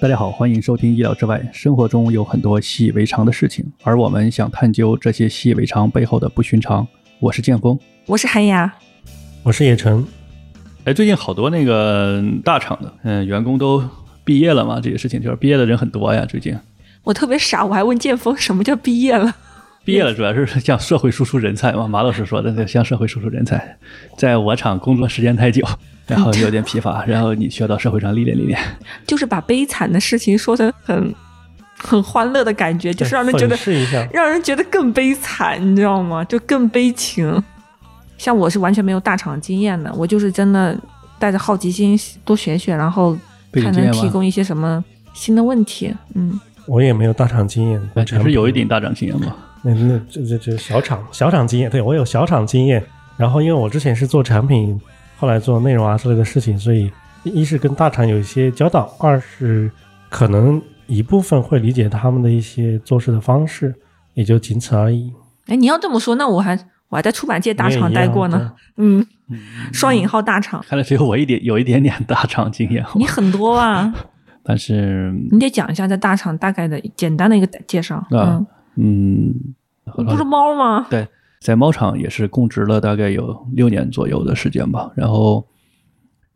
大家好，欢迎收听《意料之外》。生活中有很多习以为常的事情，而我们想探究这些习以为常背后的不寻常。我是剑锋。我是韩牙，我是叶晨，哎，最近好多那个大厂的，嗯、员工都毕业了嘛，这些事情就是毕业的人很多呀。最近我特别傻，我还问剑锋什么叫毕业了。毕业了，主要是向社会输出人才嘛。马老师说的，向社会输出人才。在我厂工作时间太久，然后有点疲乏，然后你需要到社会上历练历 练。就是把悲惨的事情说成很很欢乐的感觉，就是让人觉得试一下，让人觉得更悲惨，你知道吗？就更悲情。像我是完全没有大厂经验的，我就是真的带着好奇心多学学，然后背景看经能验提吗？供一些什么新的问题。嗯，我也没有大厂经验，哎我只是有一点大厂经验嘛。那那这这这小厂小厂经验，对我有小厂经验。然后因为我之前是做产品，后来做内容啊之类的事情，所以一是跟大厂有一些交道，二是可能一部分会理解他们的一些做事的方式，也就仅此而已。哎，你要这么说，那我还我还在出版界大厂你也一待样过呢。嗯，双引号大厂，看来只有我一点有一点点大厂经验，你很多啊，但是你得讲一下在大厂大概的简单的一个介绍。啊嗯，嗯，你不是猫吗？在猫场也是供职了大概有六年左右的时间吧，然后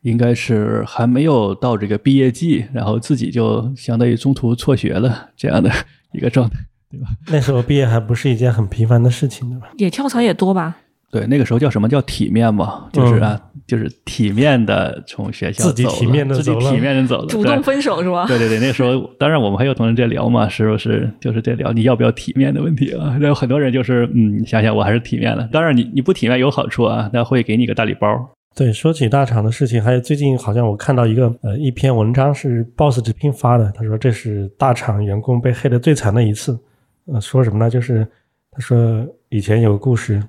应该是还没有到这个毕业季，然后自己就相当于中途辍学了这样的一个状态。那时候毕业还不是一件很平凡的事情，对吧？也跳槽也多吧？对，那个时候叫什么叫体面嘛，就是啊，就是体面的从学校嗯自己走了体面地走自己了体面的走了，主对动分手是啊吧？对对对，那个时候当然我们还有同事在聊嘛，是不是就是在聊你要不要体面的问题啊？然后很多人就是嗯，想想我还是体面了。当然你你不体面有好处啊，那会给你个大礼包。对，说起大厂的事情，还有最近好像我看到一个呃一篇文章是 Boss 直聘发的，他说这是大厂员工被黑的最惨的一次。呃，说什么呢？就是他说以前有个故事，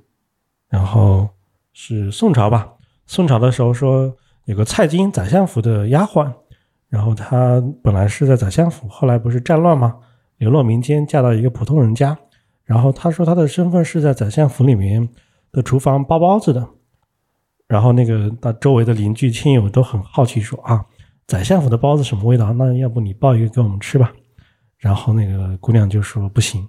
然后是宋朝吧，宋朝的时候说有个蔡京宰相府的丫鬟，然后她本来是在宰相府，后来不是战乱吗？流落民间，嫁到一个普通人家，然后她说她的身份是在宰相府里面的厨房包包子的。然后那个他周围的邻居亲友都很好奇说啊，宰相府的包子什么味道？那要不你包一个给我们吃吧？然后那个姑娘就说不行，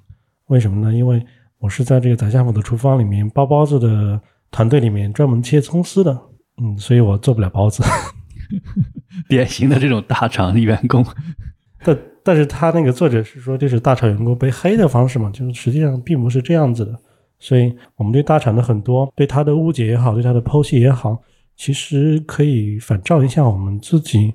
为什么呢？因为我是在这个宰相府的厨房里面包包子的团队里面专门切葱丝的，嗯，所以我做不了包子。典型的这种大厂员工，但但是他那个作者是说，这是大厂员工被黑的方式嘛，就是实际上并不是这样子的。所以我们对大厂的很多对他的误解也好，对他的剖析也好，其实可以反照一下我们自己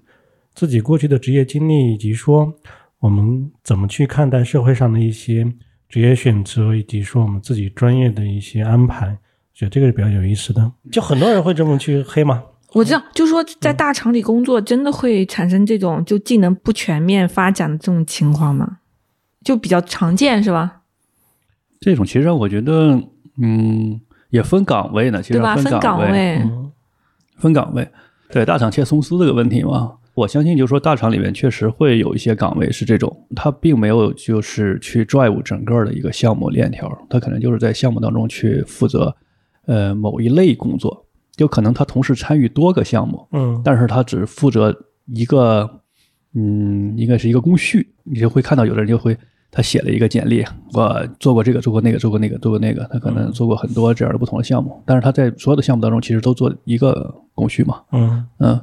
自己过去的职业经历，以及说我们怎么去看待社会上的一些职业选择，以及说我们自己专业的一些安排。觉得这个是比较有意思的，就很多人会这么去黑嘛，我知道，就说在大厂里工作，真的会产生这种就技能不全面发展的这种情况吗？就比较常见是吧？ 这种其实我觉得，嗯，也分岗位呢，其实对吧？分岗岗位，嗯，分岗位，对大厂切松丝这个问题嘛，我相信就是说大厂里面确实会有一些岗位是这种，它并没有就是去 drive 整个的一个项目链条，它可能就是在项目当中去负责呃某一类工作，有可能他同时参与多个项目，嗯，但是他只负责一个，嗯，应该是一个工序，你就会看到有的人就会他写了一个简历，我做过这个，做过那个，做过那个，做过那个，他可能做过很多这样的不同的项目，但是他在所有的项目当中其实都做一个工序嘛，嗯，嗯，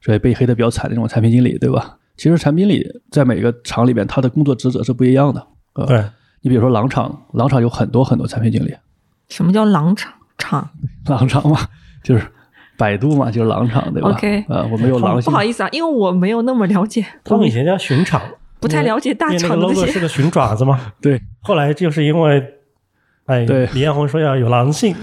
所以被黑的比较惨的那种产品经理，对吧？其实产品经理在每个厂里边，他的工作职责是不一样的。呃，对，你比如说狼厂，狼厂有很多很多产品经理， 什么叫狼厂厂狼厂嘛，就是百度嘛，就是狼厂，对吧 OK 呃，我们有狼不性好意思啊，因为我没有那么了解，他们以前叫巡场，不太了解大因为那个厂的这 logo 是些。个熊爪子嘛。对，后来就是因为，哎，对李彦宏说要有狼性，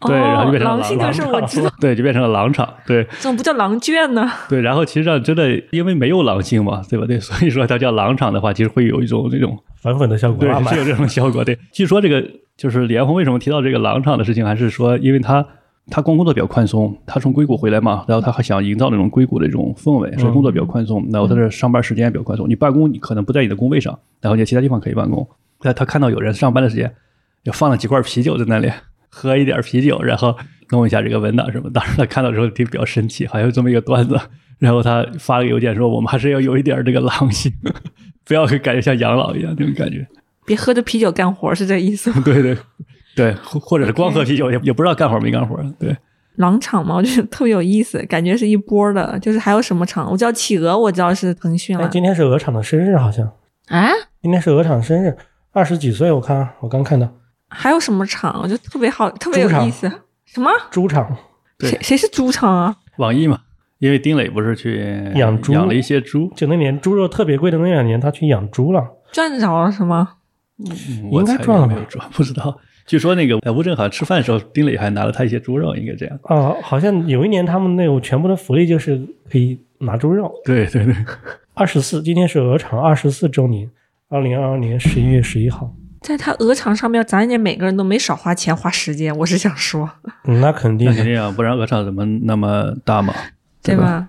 哦，对，然后就变成了狼性格是我知道，，对，就变成了狼场，对怎么不叫狼圈呢？ 对。然后其实上真的，因为没有狼性嘛，对吧？对，所以说它叫狼场的话，其实会有一种这种反粉的效果啊对拉，满是。有这种效果。对，据说这个就是李彦宏为什么提到这个狼场的事情，还是说因为他他工工作比较宽松，他从硅谷回来嘛，然后他还想营造那种硅谷的这种氛围，嗯所以工作比较宽松。然后他的上班时间也比较宽松，你办公你可能不在你的工位上，然后你在其他地方可以办公。但他看到有人上班的时间，就放了几罐啤酒在那里，喝一点啤酒，然后弄一下这个文档什么。当时他看到之后挺比较生气，好像有这么一个段子。然后他发了个邮件说，我们还是要有一点儿这个狼性， 不要感觉像养老一样那种感觉。别喝着啤酒干活是这意思吗？ 对对对，或或者是光喝啤酒也也不知道干活没干活。对，狼场嘛，我觉得特别有意思，感觉是一波的。就是还有什么场？我知道企鹅，我知道是腾讯哎，了今天是鹅厂的生日，好像啊。今天是鹅厂生日，二十几岁，我看啊我刚看到还有什么场？我觉得特别好，特别猪有场意思。什么？猪场，对谁谁是猪场啊？网易嘛，因为丁磊不是去养猪养了一些猪，就那年猪肉特别贵的那两年，他去养猪了。赚着了是吗？嗯我应该猜赚了没有吧赚，不知道。据说那个呃，吴镇好像吃饭的时候，丁磊还拿了他一些猪肉，应该这样。啊，好像有一年他们那个全部的福利就是可以拿猪肉。对对对，二十四，今天是鹅厂二十四周年，二零二二年十一月十一号。在他鹅厂上面，咱也每个人都没少花钱花时间。我是想说，嗯那肯定那的肯，定啊，不然鹅厂怎么那么大嘛？对吧？吧？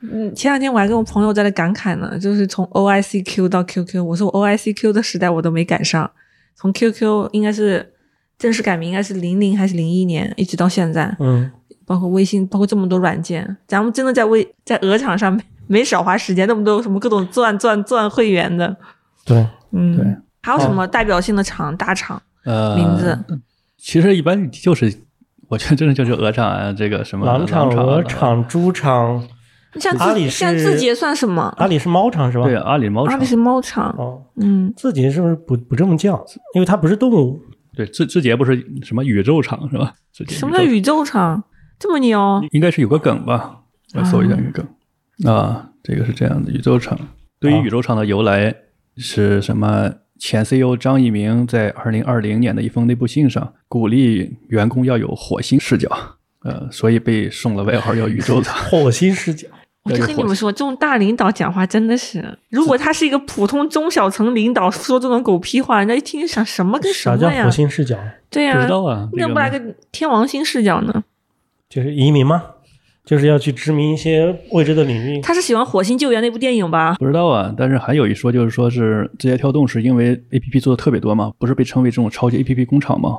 嗯，前两天我还跟我朋友在那感慨呢，就是从 OICQ 到 QQ，我说我 OICQ 的时代我都没赶上，从 QQ 应该是正式改名应该是零零还是零一年，一直到现在，嗯，包括微信，包括这么多软件，咱们真的在微在鹅厂上面没少花时间，那么多什么各种钻钻钻会员的，对，嗯，对还有什么代表性的厂大厂？呃，名字。其实一般就是，我觉得真的就是鹅厂啊，这个什么狼场、场、鹅厂啊，场、猪场，你像阿里字是像字节算什么？阿里是猫场是吧？对，阿里猫阿场啊里，是猫场，哦，嗯，自己是不是不不这么叫？因为它不是动物，对，字字节不是什么宇宙厂是吧？字节什么叫宇宙场？这么牛？应该是有个梗吧？我搜一下这个梗啊，这个是这样的，宇宙厂。对于啊宇宙厂的由来是什么？前 CEO 张一鸣在二零二零年的一封内部信上鼓励员工要有火星视角，呃，所以被送了外号叫宇宙 厂。火星视角。我就跟你们说，这种大领导讲话真的是，如果他是一个普通中小层领导说这种狗屁话，人家一听就想什么跟什啥叫么呀火？星视角？对哎呀、不知道啊，这那不来个天王星视角呢？就是移民吗？就是要去殖民一些未知的领域。他是喜欢《火星救援》那部电影吧？不知道啊，但是还有一说，就是说是字节跳动是因为 A P P 做的特别多嘛，不是被称为这种超级 A P P 工厂嘛？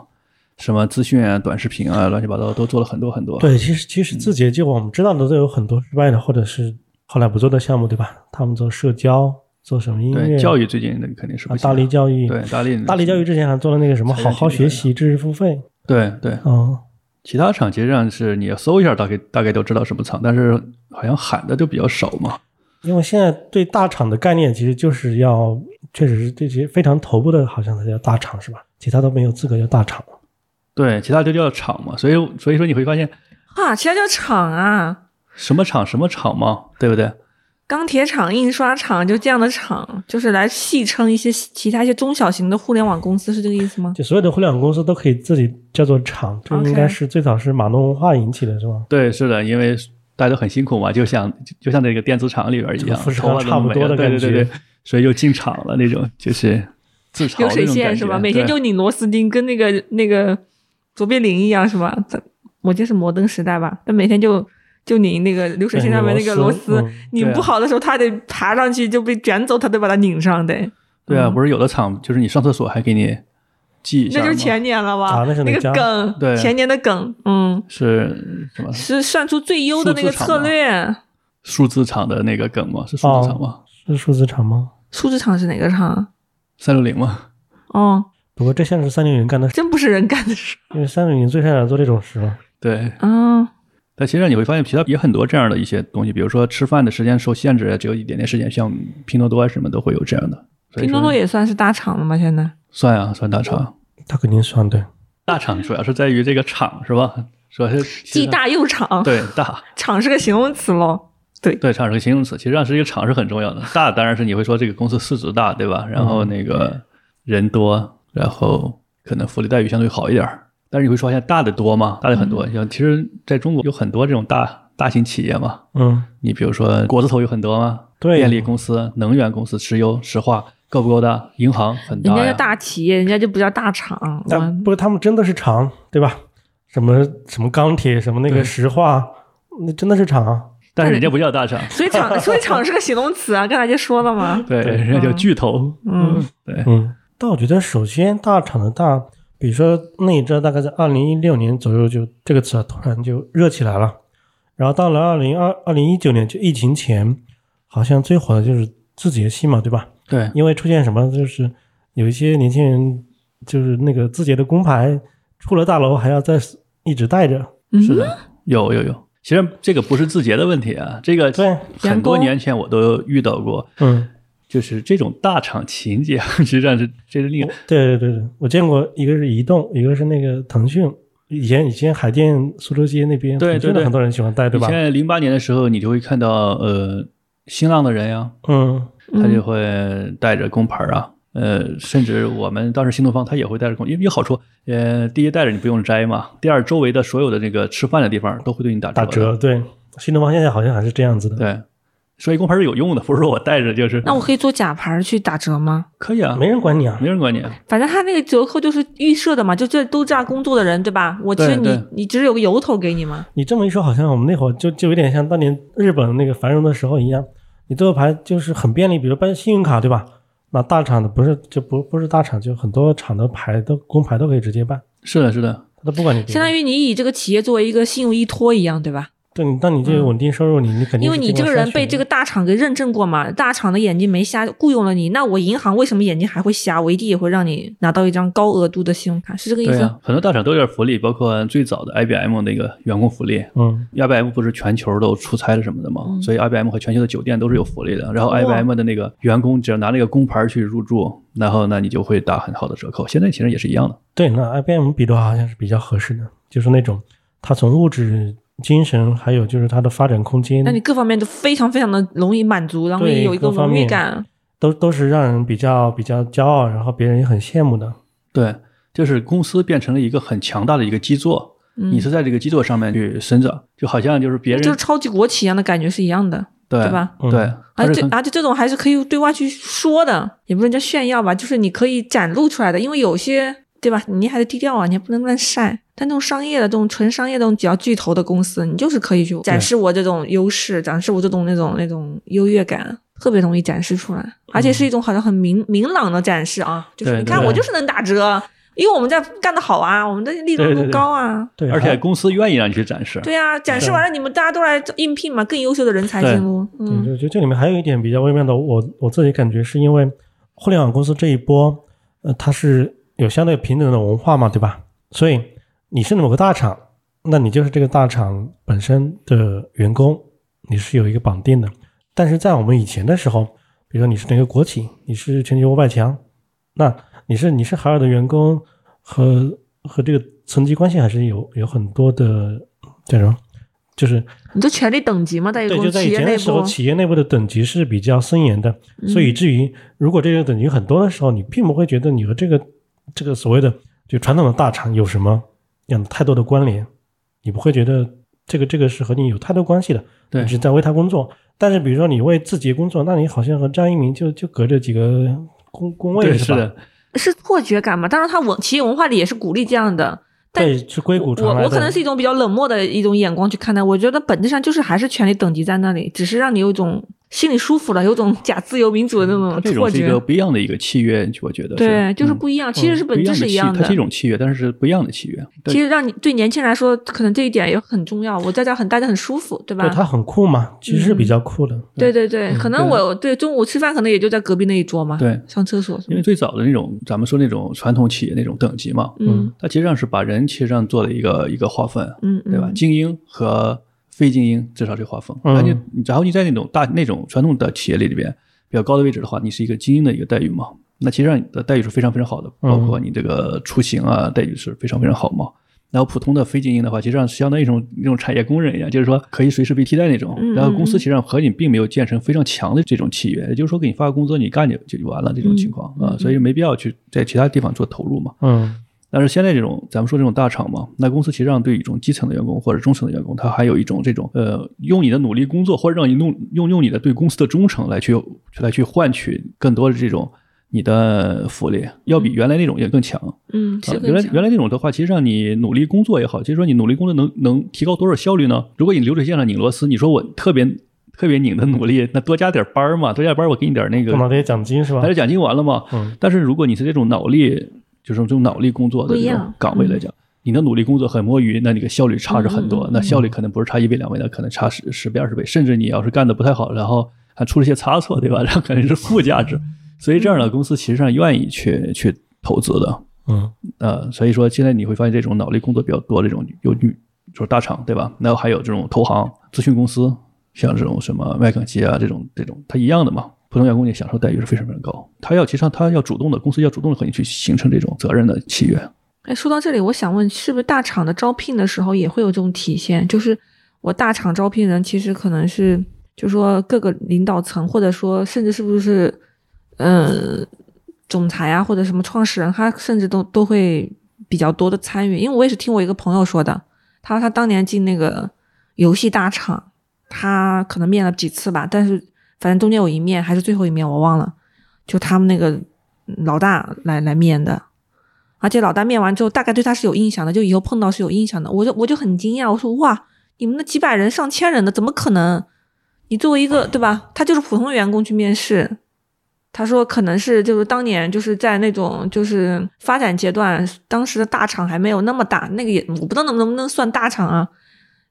什么资讯啊、短视频啊、乱七八糟都做了很多很多。，对，其实其实字节就我们知道的都有很多失败的，或者是后来不做的项目，对吧？他们做社交，做什么音对乐教育最近那肯定是啊，不行、大力教育，对大力大力教育之前还做了那个什么财好源好进来学习知识付费对对，啊、嗯其他厂其实上是你搜一下，大概大概都知道什么厂，但是好像喊的就比较少嘛。因为现在对大厂的概念其实就是要，确实是这些非常头部的，好像才叫大厂是吧？其他都没有资格叫大厂了。对，其他就叫厂嘛，所以所以说你会发现啊，其他叫厂啊，什么厂什么厂嘛，对不对？钢铁厂、印刷厂，就这样的厂，就是来戏称一些其他一些中小型的互联网公司，是这个意思吗？就所有的互联网公司都可以自己叫做厂，这 OK 应该是最早是码农文化引起的是吧？对，是的，因为大家都很辛苦嘛，就像就就像那个电子厂里边一这个样，富士头发康差不都没多了的对感对对觉对，所以就进厂了那种，就是自嘲流的那水种线感是觉。吧？每天对就拧螺丝钉，跟那个那个卓别林一样是吧？咱我记得是摩登时代吧，他每天就就拧那个流水线上面那个螺丝，嗯对拧啊不好的时候他还得爬上去，就被卷走，他得把它拧上得。对啊，嗯不是有的厂就是你上厕所还给你记一下那吗，就是前年了吧？啊那那是哪个家梗，对前年的梗，嗯，是什么是算出最优的那个策略。数字厂的那个梗吗？是数哦字厂吗？是数字厂吗？数字厂是哪个厂？啊三六零吗？哦，不过这像是三六零干的事，真不是人干的事因为三六零最擅长做这种事了。对，啊！但其实你会发现，其他也很多这样的一些东西，比如说吃饭的时间受限制，啊只有一点点时间，像拼多多啊什么都会有这样的。所以拼说多多也算是大厂了吗？现在算啊，算大厂，他肯定算对，大厂主要是在于这个厂是吧？主要是既大又厂，对大厂是个形容词喽。对厂是个形容词，其实上是一个厂是很重要的。大当然是你会说这个公司市值大，对吧？然嗯后那个人多，然后可能福利待遇相对好一点儿。但是你会发现大的多吗？大的很嗯多，像其实在中国有很多这种大大型企业嘛，嗯，你比如说国字头有很多吗？对电力公司、能源公司、石油、石化够不够大？银行很人大家叫呀。大企业，人家就不叫大厂。但我不是他们真的是厂，对吧？什么什么钢铁，什么那对个石化，那真的是厂啊。但是人家不叫大厂， 所以厂，所以厂是个形容词啊，刚才就说了嘛。对，对人家叫巨头。嗯，对，嗯，但我觉得首先大厂的大，比如说那一阵大概在二零一六年左右就，这个词啊突然就热起来了，然后到了二零二二零一九年，就疫情前，好像最火的就是字节系嘛，对吧？对，因为出现什么，就是有一些年轻人就是那个字节的工牌出了大楼还要再一直带着，嗯是的，有有有。其实这个不是字节的问题啊，这个对很多年前我都遇到过，嗯，就是这种大厂情节， 实际上是这是另对对对对，我见过一个是移动，一个是那个腾讯。以前以前海淀苏州街那边，对腾讯对的对很多人喜欢带，对以吧？前零八年的时候，你就会看到呃，新浪的人呀，嗯，他就会带着工牌儿啊，呃，甚至我们当时新东方他也会带着工，因为有好处，呃，第一带着你不用摘嘛，第二周围的所有的这个吃饭的地方都会对你打折打的，折，对。新东方现在好像还是这样子的，对，所以工牌儿是有用的，不是说我带着就是那我可以做假牌儿去打折吗？可以啊，没人管你啊没。人管你啊，反正他那个折扣就是预设的嘛，就这都这样工作的人对吧？我其对实你对你只是有个由头给你嘛，你这么一说，好像我们那会儿就就有点像当年日本那个繁荣的时候一样，你做牌就是很便利，比如办信用卡，对吧？那大厂的不是就不不是大厂，就很多厂的牌都工牌都可以直接办，是的，是的，他都不管你。相当于你以这个企业作为一个信用依托一样，对吧？对你，当你这个稳定收入，你你肯定嗯因为是你这经过个筛人被选这个大厂给认证过嘛，大厂的眼睛没瞎，雇佣了你，那我银行为什么眼睛还会瞎？我一定也会让你拿到一张高额度的信用卡，是这个意对思？啊，很多大厂都有点福利，包括最早的 IBM 那个员工福利。嗯 IBM 不是全球都出差了什么的嘛，嗯所以 IBM 和全球的酒店都是有福利的。然后哇 IBM 的那个员工只要拿那个工牌去入住，然后那你就会打很好的折扣。现在其实也是一样的。对，那 IBM 比的话好像是比较合适的，就是那种它从物质、精神，还有就是它的发展空间那，你各方面都非常非常的容易满足，然后嗯对也有一个各方荣誉面感。都都是让人比较比较骄傲，然后别人也很羡慕的。对，就是公司变成了一个很强大的一个基座，嗯，你是在这个基座上面去生长，就好像就是别人就是超级国企一样的感觉是一样的，对对吧？嗯对，它而是且啊很而且这种还是可以对外去说的，也不能叫炫耀吧，就是你可以展露出来的，因为有些对吧，你还得低调啊，你还不能乱晒。但这种商业的、这种纯商业的、这种比较巨头的公司，你就是可以去展示我这种优势，展示我这种那种那种优越感，特别容易展示出来，而且是一种好像很明明朗的展示啊，就是对你看对我就是能打折，因为我们在干得好啊，我们的利润对对度对高啊，对，而且还公司愿意让你去展示。对啊，展示完了你们大家都来应聘嘛，更优秀的人才对进入，对，嗯就就这里面还有一点比较微妙的，我我自己感觉是因为互联网公司这一波，呃，它是有相对平等的文化嘛，对吧？所以你是某个大厂，那你就是这个大厂本身的员工，你是有一个绑定的。但是在我们以前的时候，比如说你是哪个国企，你是全球五百强，那你是你是海尔的员工和和这个层级关系还是有有很多的叫什么？就是你这权力等级嘛，在一对，个就在企以业前内的时候，部，嗯企业内部的等级是比较森严的，所以以至于如果这个等级很多的时候，你并不会觉得你和这个这个所谓的就传统的大厂有什么样的太多的关联，你不会觉得这个这个是和你有太多关系的，对你是在为他工作。但是比如说你为自己工作，那你好像和张一鸣就就隔着几个工工位对，是吧？的，是错觉感嘛。当然，他文企业文化里也是鼓励这样的。但对，是硅谷我传来的。我可能是一种比较冷漠的一种眼光去看待，我觉得本质上就是还是权力等级在那里，只是让你有一种心里舒服了，有种假自由民主的那它种这嗯错种是一觉个。不一样的一个契约，我觉得是对，就是嗯不一样，其实是不本质的是一契样它是一种契约，但是是不一样的契约。对其实让你对年轻人来说，可能这一点也很重要。我在这很待着很舒服，对吧？对它很酷嘛，其实是嗯比较酷的。对对对，可能对我对中午吃饭可能也就在隔壁那一桌嘛，对，上厕所什么的。因为最早的那种，咱们说那种传统企业那种等级嘛，嗯它其实上是把人其实上做了一个一个划分，嗯，对吧？嗯精英和非精英至少这划分。嗯然后你然后你在那种大那种传统的企业里里边比较高的位置的话，你是一个精英的一个待遇嘛。那其实上你的待遇是非常非常好的，嗯包括你这个出行啊，待遇是非常非常好嘛。然后普通的非精英的话，其实上相当于一种那种产业工人一样，就是说可以随时被替代那种嗯。然后公司其实上和你并没有建成非常强的这种契约，也就是说给你发个工资你干就就完了这种情况嗯啊嗯，所以没必要去在其他地方做投入嘛。嗯但是现在这种咱们说这种大厂嘛，那公司其实上对一种基层的员工或者中层的员工，他还有一种这种呃，用你的努力工作或者让你弄用用你的对公司的忠诚来去来去换取更多的这种你的福利，要比原来那种也更强。嗯，啊是、原来原来来那种的话，其实让你努力工作也好，其实说你努力工作能能提高多少效率呢？如果你流水线上拧螺丝，你说我特别特别拧的努力，那多加点班儿嘛，多加班儿我给你点儿那个碰到这些奖金是吧但？是奖金完了嘛。嗯但是如果你是这种脑力，就是这种脑力工作的不一这样种岗位来讲，你的努力工作很摸鱼，那你的效率差是很多。那效率可能不是差一倍两倍，那可能差十十倍二十倍，甚至你要是干的不太好，然后还出了些差错，对吧？然后可能是负价值。所以这样的公司其实上愿意去去投资的。嗯呃，所以说现在你会发现这种脑力工作比较多，这种有女就是大厂对吧？然后还有这种投行、咨询公司，像这种什么麦肯锡啊这种这种，它一样的嘛。普通员工也享受待遇是非常非常高，他要其实上他要主动的，公司要主动的和你去形成这种责任的契约。哎，说到这里，我想问，是不是大厂的招聘的时候也会有这种体现？就是我大厂招聘人，其实可能是，就说各个领导层，或者说甚至是不是，嗯，总裁啊，或者什么创始人，他甚至都都会比较多的参与。因为我也是听我一个朋友说的，他说他当年进那个游戏大厂，他可能面了几次吧，但是反正中间有一面还是最后一面，我忘了，就他们那个老大来来面的。而且老大面完之后，大概对他是有印象的，就以后碰到是有印象的。我就我就很惊讶，我说哇，你们那几百人、上千人的，怎么可能？你作为一个对吧，他就是普通员工去面试，他说可能是就是当年就是在那种就是发展阶段，当时的大厂还没有那么大，那个也我不知道能能不能算大厂啊，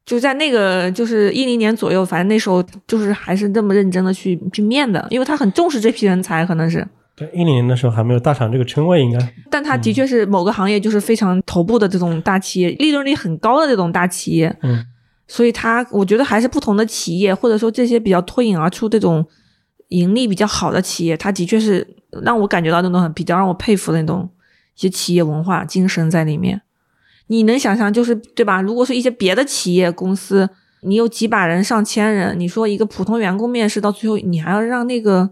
就在那个就是一零年左右，反正那时候就是还是这么认真的去去面的，因为他很重视这批人才，可能是。对，一零年的时候还没有大厂这个称谓，应该但它的确是某个行业就是非常头部的这种大企业，利润率很高的这种大企业，嗯，所以它我觉得还是不同的企业，或者说这些比较脱颖而出这种盈利比较好的企业，它的确是让我感觉到那种很比较让我佩服的那种一些企业文化精神在里面。你能想象就是对吧？如果是一些别的企业公司，你有几百人、上千人，你说一个普通员工面试到最后，你还要让那个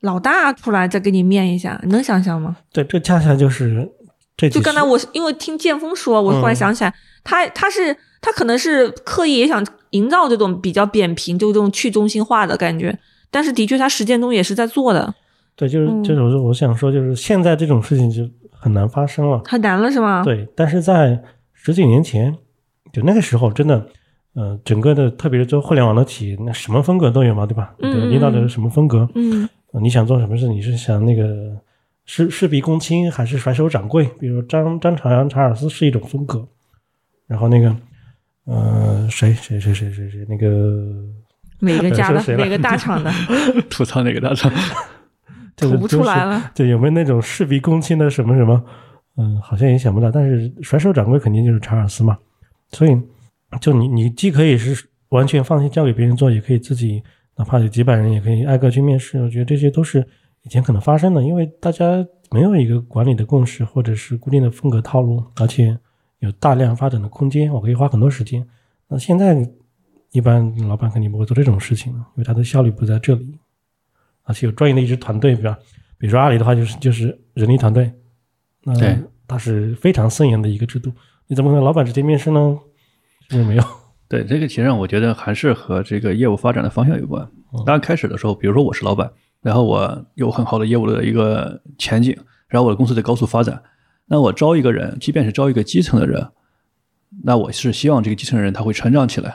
老大出来再给你面一下，你能想象吗？对，这恰恰就是这几就刚才我是因为听剑锋说，我突嗯然想起来，他他是他可能是刻意也想营造这种比较扁平，就这种去中心化的感觉，但是的确他实践中也是在做的，对，就是嗯就是我我想说，就是现在这种事情就很难发生了。很难了是吗？，对，但是在十几年前，就那个时候，真的，呃，整个的，特别是做互联网的企业，那什么风格都有嘛，对吧？嗯对嗯领导者是什么风格、 嗯呃你想做什么事？你是想那个事事必躬亲，还是甩手掌柜？比如张张朝阳、查尔斯是一种风格，然后那个，呃，谁谁谁谁谁谁那个，哪个家说谁的哪了个大厂的 吐槽哪个大厂？ 这吐个不真出是来了，对，有没有那种事必躬亲的什么什么？嗯，好像也想不到。但是甩手掌柜肯定就是查尔斯嘛，所以就你你既可以是完全放心交给别人做，也可以自己哪怕有几百人也可以挨个去面试。我觉得这些都是以前可能发生的，因为大家没有一个管理的共识或者是固定的风格套路，而且有大量发展的空间，我可以花很多时间。那现在一般老板肯定不会做这种事情了，因为他的效率不在这里，而且有专业的一支团队，比方比如说阿里的话，就是就是人力团队，那对它是非常森严的一个制度，你怎么可能老板直接面试呢？是不是没 有？对，这个其实上我觉得还是和这个业务发展的方向有关。当然开始的时候，比如说我是老板，然后我有很好的业务的一个前景，然后我的公司在高速发展，那我招一个人，即便是招一个基层的人，那我是希望这个基层人他会成长起来，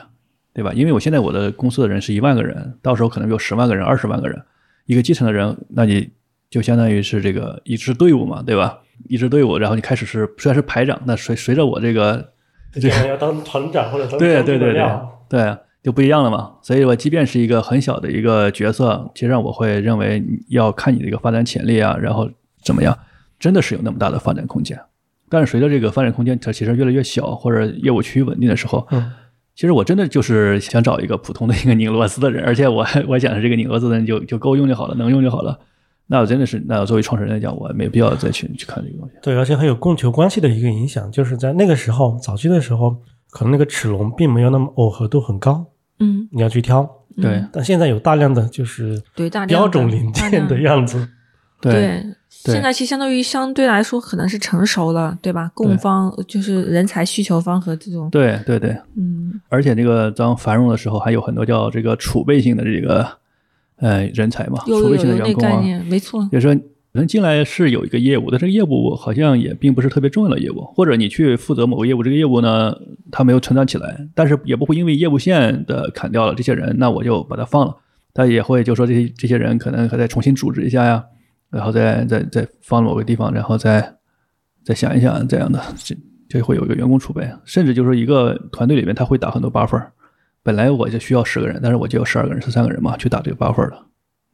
对吧？因为我现在我的公司的人是一万个人，到时候可能有十万个人、二十万个人，一个基层的人，那你就相当于是这个一支队伍嘛，对吧？一支队伍，然后你开始是虽然是排长，那随随着我这个这个要当团长或者当对对对对对，就不一样了嘛。所以我即便是一个很小的一个角色，其实上我会认为你要看你的一个发展潜力啊，然后怎么样，真的是有那么大的发展空间。但是随着这个发展空间它其实越来越小，或者业务区域稳定的时候，嗯其实我真的就是想找一个普通的一个拧螺丝的人，而且我还我想的这个拧螺丝的人就就够用就好了，能用就好了。那我真的是，那作为创始人来讲，我没必要再去去看这个东西。对，而且还有供求关系的一个影响，就是在那个时候早期的时候，可能那个齿轮并没有那么耦合度很高，嗯，你要去挑。嗯对但现在有大量的就是对大量的标准零件的样子，对。对现在其实相当于相对来说可能是成熟了，对吧？对供方就是人才需求方和这种，对对对，嗯，而且这个当繁荣的时候，还有很多叫这个储备性的这个呃人才嘛，有储有备有性的有那员工概啊，念，没错，就是说可能进来是有一个业务，但这个业务好像也并不是特别重要的业务，或者你去负责某个业务，这个业务呢它没有成长起来，但是也不会因为业务线的砍掉了这些人，那我就把它放了，但也会就说这些这些人可能还得重新组织一下呀，然后再再再放某个地方，然后再再想一想这样的，这就会有一个员工储备，甚至就是一个团队里面他会打很多 buffer。本来我就需要十个人，但是我就有十二个人、十三个人嘛，去打这个 buffer 的，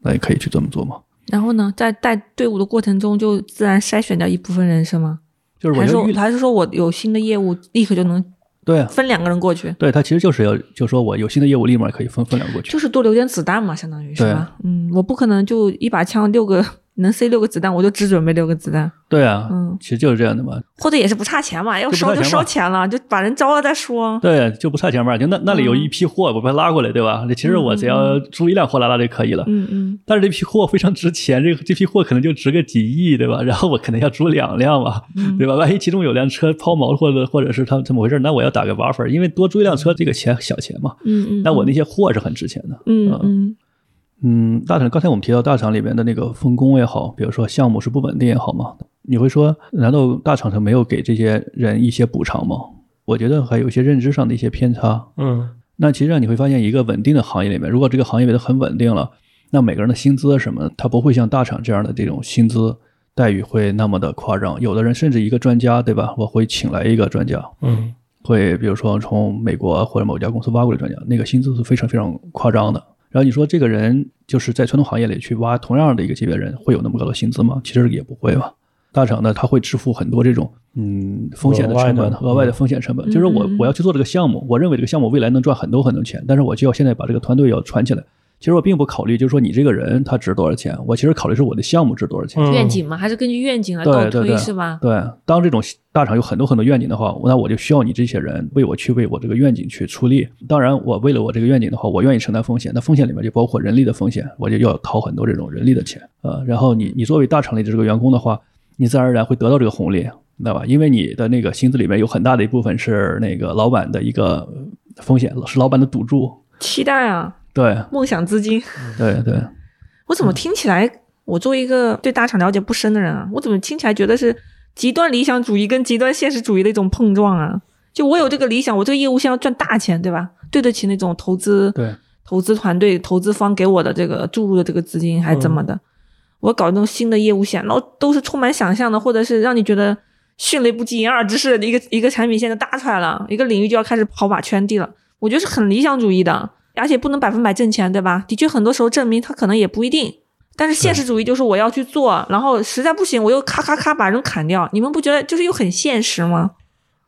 那也可以去这么做嘛。然后呢，在带队伍的过程中就自然筛选掉一部分人是吗？就是我还是要我预还是说我有新的业务立刻就能对啊分两个人过去，对，他其实就是要就说我有新的业务立马可以分分两过去。就是多留点子弹嘛，相当于是对吧？嗯，我不可能就一把枪六个能塞六个子弹，我就只准备六个子弹，对啊，嗯其实就是这样的嘛。或者也是不差钱嘛，要就不烧差就钱烧嘛钱了，就把人招了再说。对，就不差钱嘛，就那那里嗯有一批货，我把它拉过来，对吧？那其实我只要租一辆货拉拉就可以了。嗯嗯，但是这批货非常值钱，这个这批货可能就值个几亿，对吧？然后我可能要租两辆嘛，嗯对吧？万一其中有辆车抛锚，或者或者是他怎么回事，那我要打个 buffer，因为多租一辆车这个钱小钱嘛。嗯嗯，但我那些货是很值钱的。嗯嗯嗯，大厂刚才我们提到大厂里面的那个分工也好，比如说项目是不稳定也好嘛，你会说，难道大厂它没有给这些人一些补偿吗？我觉得还有一些认知上的一些偏差。嗯那其实上你会发现，一个稳定的行业里面，如果这个行业变得很稳定了，那每个人的薪资什么的，他不会像大厂这样的这种薪资待遇会那么的夸张。有的人甚至一个专家，对吧？我会请来一个专家，嗯会比如说从美国或者某家公司挖过来专家，那个薪资是非常非常夸张的。然后你说这个人就是在传统行业里去挖同样的一个级别人，会有那么高的薪资吗？其实也不会吧。大厂呢，他会支付很多这种嗯风险的成额外本的，额外的风险成本。嗯就是我嗯嗯我要去做这个项目，我认为这个项目未来能赚很多很多钱，但是我就要现在把这个团队要传起来。其实我并不考虑，就是说你这个人他值多少钱，我其实考虑是我的项目值多少钱。嗯愿景嘛，还是根据愿景来对倒对推对是吧？对，当这种大厂有很多很多愿景的话，那我就需要你这些人为我去为我这个愿景去出力。当然，我为了我这个愿景的话，我愿意承担风险。那风险里面就包括人力的风险，我就要掏很多这种人力的钱。呃，然后你你作为大厂里的这个员工的话，你自然而然会得到这个红利，你知道吧？因为你的那个薪资里面有很大的一部分是那个老板的一个风险，是老板的赌注。期待啊，对梦想资金。对对，我怎么听起来，我作为一个对大厂了解不深的人啊，我怎么听起来觉得是极端理想主义跟极端现实主义的一种碰撞啊？就我有这个理想，我这个业务线要赚大钱，对吧？对得起那种投资，对投资团队、投资方给我的这个注入的这个资金，还是怎么的？我搞那种新的业务线，然后都是充满想象的，或者是让你觉得迅雷不及掩耳之势的一个一个产品线就搭出来了，一个领域就要开始跑马圈地了。我觉得是很理想主义的，而且不能百分百挣钱，对吧？的确，很多时候证明它可能也不一定。但是现实主义就是我要去做，然后实在不行我又咔咔咔把人砍掉，你们不觉得就是又很现实吗？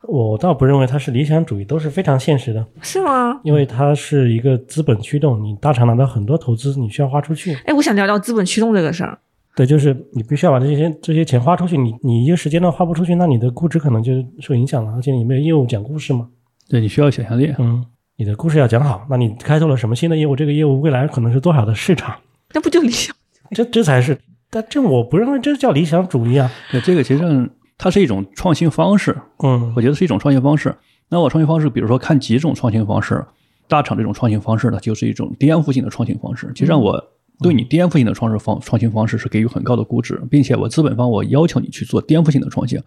我倒不认为它是理想主义，都是非常现实的，是吗？因为它是一个资本驱动，你大厂拿到很多投资，你需要花出去。哎，我想聊聊资本驱动这个事儿。对，就是你必须要把这些这些钱花出去，你你一个时间段花不出去，那你的估值可能就受影响了，而且你没有业务讲故事嘛，对，你需要想象力。嗯，你的故事要讲好，那你开拓了什么新的业务，这个业务未来可能是多少的市场，那不就理想？这这才是，但这我不认为这叫理想主义啊，对，这个其实上它是一种创新方式。嗯我觉得是一种创新方式。那我创新方式，比如说看几种创新方式，大厂这种创新方式呢，就是一种颠覆性的创新方式。其实让我对你颠覆性的创新方创新方式是给予很高的估值，并且我资本方我要求你去做颠覆性的创新，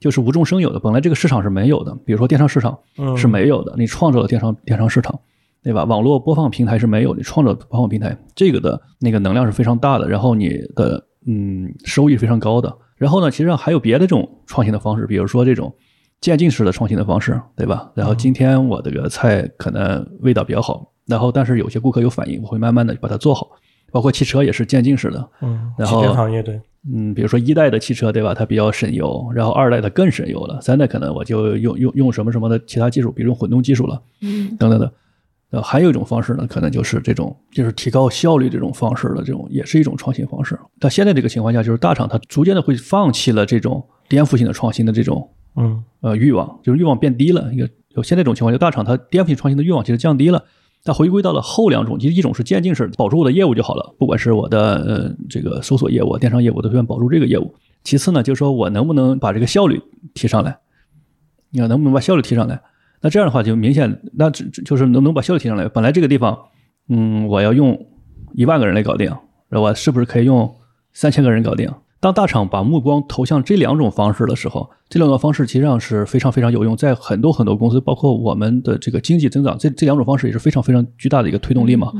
就是无中生有的。本来这个市场是没有的，比如说电商市场嗯是没有的，你创造了电商电商市场。对吧？网络播放平台是没有的，创造播放平台这个的那个能量是非常大的，然后你的嗯收益非常高的。然后呢，其实上还有别的这种创新的方式，比如说这种渐进式的创新的方式，对吧？然后今天我这个菜可能味道比较好，然后但是有些顾客有反应，我会慢慢的把它做好。包括汽车也是渐进式的，嗯，然汽后车行业对，嗯，比如说一代的汽车，对吧？它比较省油，然后二代它更省油了，三代可能我就用用用什么什么的其他技术，比如用混动技术了。嗯，等等的。呃，还有一种方式呢，可能就是这种，就是提高效率这种方式的这种，也是一种创新方式。但现在这个情况下，就是大厂它逐渐的会放弃了这种颠覆性的创新的这种嗯呃欲望，就是欲望变低了。一个有现在这种情况下，大厂它颠覆性创新的欲望其实降低了，它回归到了后两种，其实一种是渐进式，保住我的业务就好了，不管是我的呃这个搜索业务、电商业务，都希望保住这个业务。其次呢，就是说我能不能把这个效率提上来，你看能不能把效率提上来？那这样的话就明显，那只只就是能不能把效率提上来？本来这个地方，嗯，我要用一万个人来搞定，那我是不是可以用三千个人搞定？当大厂把目光投向这两种方式的时候，这两种方式其实上是非常非常有用，在很多很多公司，包括我们的这个经济增长，这这两种方式也是非常非常巨大的一个推动力嘛。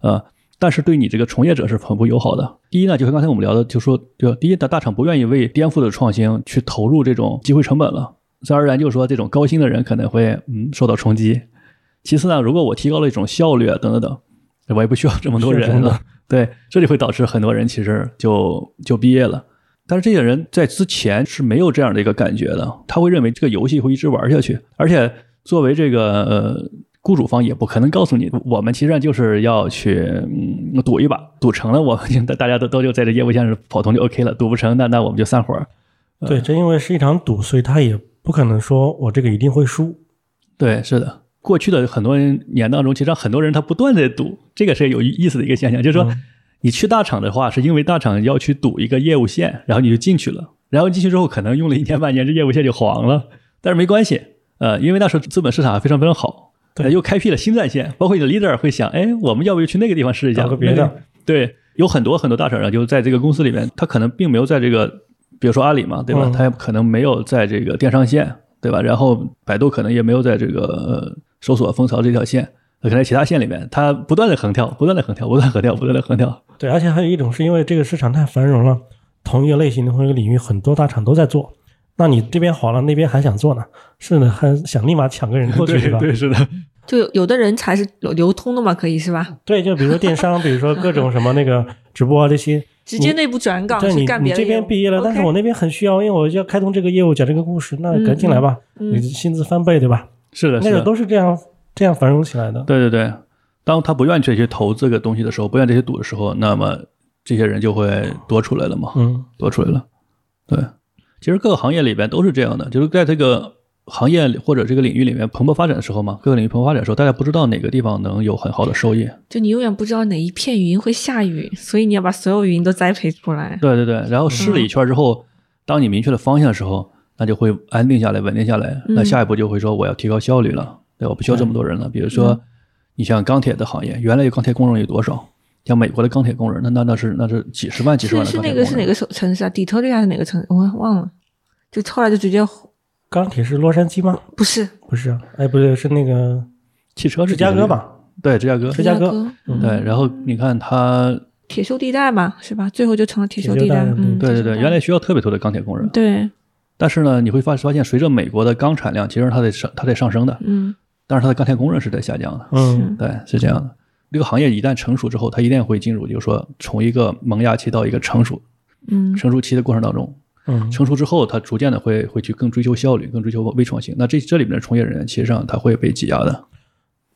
呃，但是对你这个从业者是很不友好的。第一呢，就是刚才我们聊的，就说，就第一，大大厂不愿意为颠覆的创新去投入这种机会成本了。自然而然就说这种高薪的人可能会嗯受到冲击。其次呢，如果我提高了一种效率啊，等等等，我也不需要这么多是人的了。对，这就会导致很多人其实就就毕业了。但是这些人在之前是没有这样的一个感觉的，他会认为这个游戏会一直玩下去，而且作为这个呃雇主方也不可能告诉你，我们其实就是要去嗯赌一把，赌成了我们就 大家都都就在这业务线上跑通就 OK 了，赌不成那那我们就散伙儿。呃对，正因为是一场赌，所以他也不可能说我这个一定会输。对，是的。过去的很多年当中，其实很多人他不断地赌，这个是有意思的一个现象，就是说，嗯你去大厂的话，是因为大厂要去赌一个业务线，然后你就进去了，然后进去之后可能用了一年半年，这业务线就黄了，但是没关系，呃，因为那时候资本市场还非常非常好，对呃又开辟了新战线，包括你的 leader 会想，哎，我们要不就去那个地方试一下，找个别的那个对，有很多很多大厂商啊就在这个公司里面，他可能并没有在这个，比如说阿里嘛，对吧？嗯他可能没有在这个电商线，对吧？然后百度可能也没有在这个、呃、搜索风潮这条线，可能在其他线里面，它不断的横跳，不断的横跳，不断地横跳，不断的横 跳。对，而且还有一种是因为这个市场太繁荣了，同一个类型的同一个领域很多大厂都在做，那你这边黄了，那边还想做呢，甚至还想立马抢个人过去，对是吧？ 对，是的，就有有的人才是流流通的嘛，可以是吧？对，就比如说电商，比如说各种什么那个直播啊这些， 直接内部转岗对去你干你别的这业务。边毕业了，但是 OK 我那边很需要，因为我要开通这个业务，讲这个故事，那嗯赶紧来吧，嗯你薪资翻倍，对吧？是的，那是个的，都是这样这样繁荣起来的。对对对。当他不愿意去去投这个东西的时候，不愿意这些赌的时候，那么这些人就会多出来了嘛。嗯，多出来了。对，其实各个行业里边都是这样的，就是在这个行业里或者这个领域里面蓬勃发展的时候嘛，各个领域蓬勃发展的时候，大家不知道哪个地方能有很好的收益。就你永远不知道哪一片云会下雨，所以你要把所有云都栽培出 来。对对对，然后试了一圈之后，当你明确了方向的时候，那就会安定下来、稳定下来。嗯那下一步就会说我要提高效率了，对，我不需要这么多人了。比如嗯说，你像钢铁的行业，原来有钢铁工人有多少？像美国的钢铁工人，那那那是那是几十万、几十是万的是钢铁工那个人。是哪个城城市啊？底特律还是哪个城市？我忘了。就后来就直接钢铁是洛杉矶吗？不是不是啊，哎，不对，是那个汽车是芝加几十哥万？吧？对，芝加哥。芝加哥哥，嗯对，然后你看他铁锈地带嘛，是吧？最后就成了铁锈铁锈带。地带嗯嗯，对对对，铁锈地带原来需要特别多的钢铁工人，对，但是呢，你会发发现，随着美国的钢产量，其实它在上它在上升的，嗯，但是它的钢铁工人是在下降的。嗯，对，是这样的。这个行业一旦成熟之后，它一定会进入，就是说从一个萌芽期到一个成熟嗯，成熟期的过程当中，嗯，成熟之后，它逐渐的会会去更追求效率，更追求微创新。那这这里面的从业人员，其实上他会被挤压的。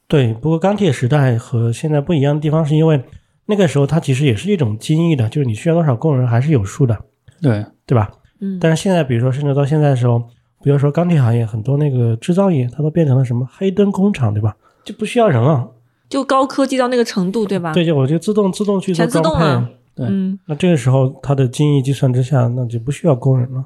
对。不过钢铁时代和现在不一样的地方，是因为那个时候它其实也是一种精益的，就是你需要多少工人还是有数的，对，对吧？嗯，但是现在，比如说甚至到现在的时候，比如说钢铁行业很多那个制造业，它都变成了什么黑灯工厂，对吧？就不需要人了，就高科技到那个程度，对吧？对，就我就自动自动去做全自装动了配。对嗯，那这个时候，它的精益计算之下，那就不需要工人了。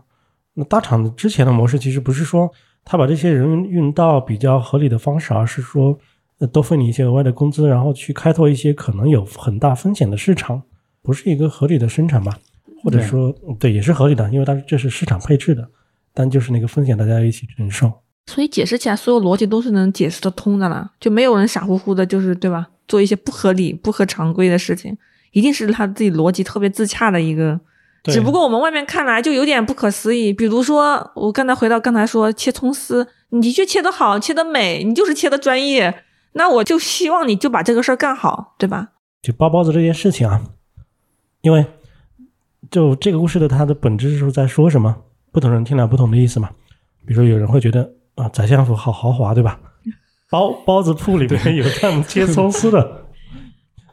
那大厂之前的模式其实不是说他把这些人运到比较合理的方式，而是说呃多付你一些额外的工资，然后去开拓一些可能有很大风险的市场，不是一个合理的生产吧？或者说，嗯对，也是合理的，因为它这是市场配置的，但就是那个风险大家一起承受。所以解释起来，所有逻辑都是能解释得通的啦，就没有人傻乎乎的，就是对吧？做一些不合理、不合常规的事情，一定是他自己逻辑特别自洽的一个。对只不过我们外面看来就有点不可思议。比如说，我刚才回到刚才说切葱丝，你的确切得好，切得美，你就是切得专业。那我就希望你就把这个事儿干好，对吧？就包包子这件事情啊，因为就这个故事的它的本质是在说什么？不同人听了不同的意思嘛。比如说有人会觉得啊，宰相府好豪华，对吧？包包子铺里面有这样切葱丝的。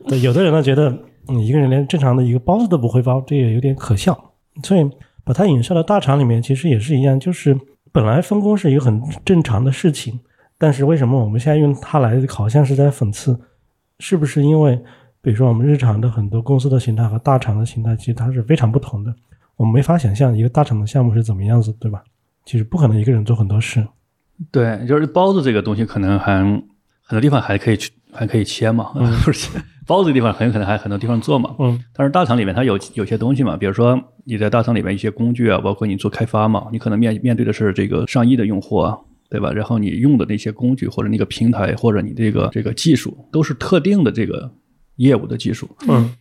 对，有的人呢觉得你一个人连正常的一个包子都不会包，这也有点可笑。所以把它引射到大厂里面，其实也是一样，就是本来分工是一个很正常的事情，但是为什么我们现在用它来好像是在讽刺？是不是因为，比如说我们日常的很多公司的形态和大厂的形态，其实它是非常不同的。我们没法想象一个大厂的项目是怎么样子，对吧？其实不可能一个人做很多事。对，就是包子这个东西，可能还很多地方还可以去，还可以切嘛， 不是切包子的地方很有可能还很多地方做嘛。嗯，但是大厂里面它有有些东西嘛，比如说你在大厂里面一些工具啊，包括你做开发嘛，你可能面面对的是这个上亿的用户啊，对吧？然后你用的那些工具或者那个平台或者你这个这个技术都是特定的这个业务的技术，嗯，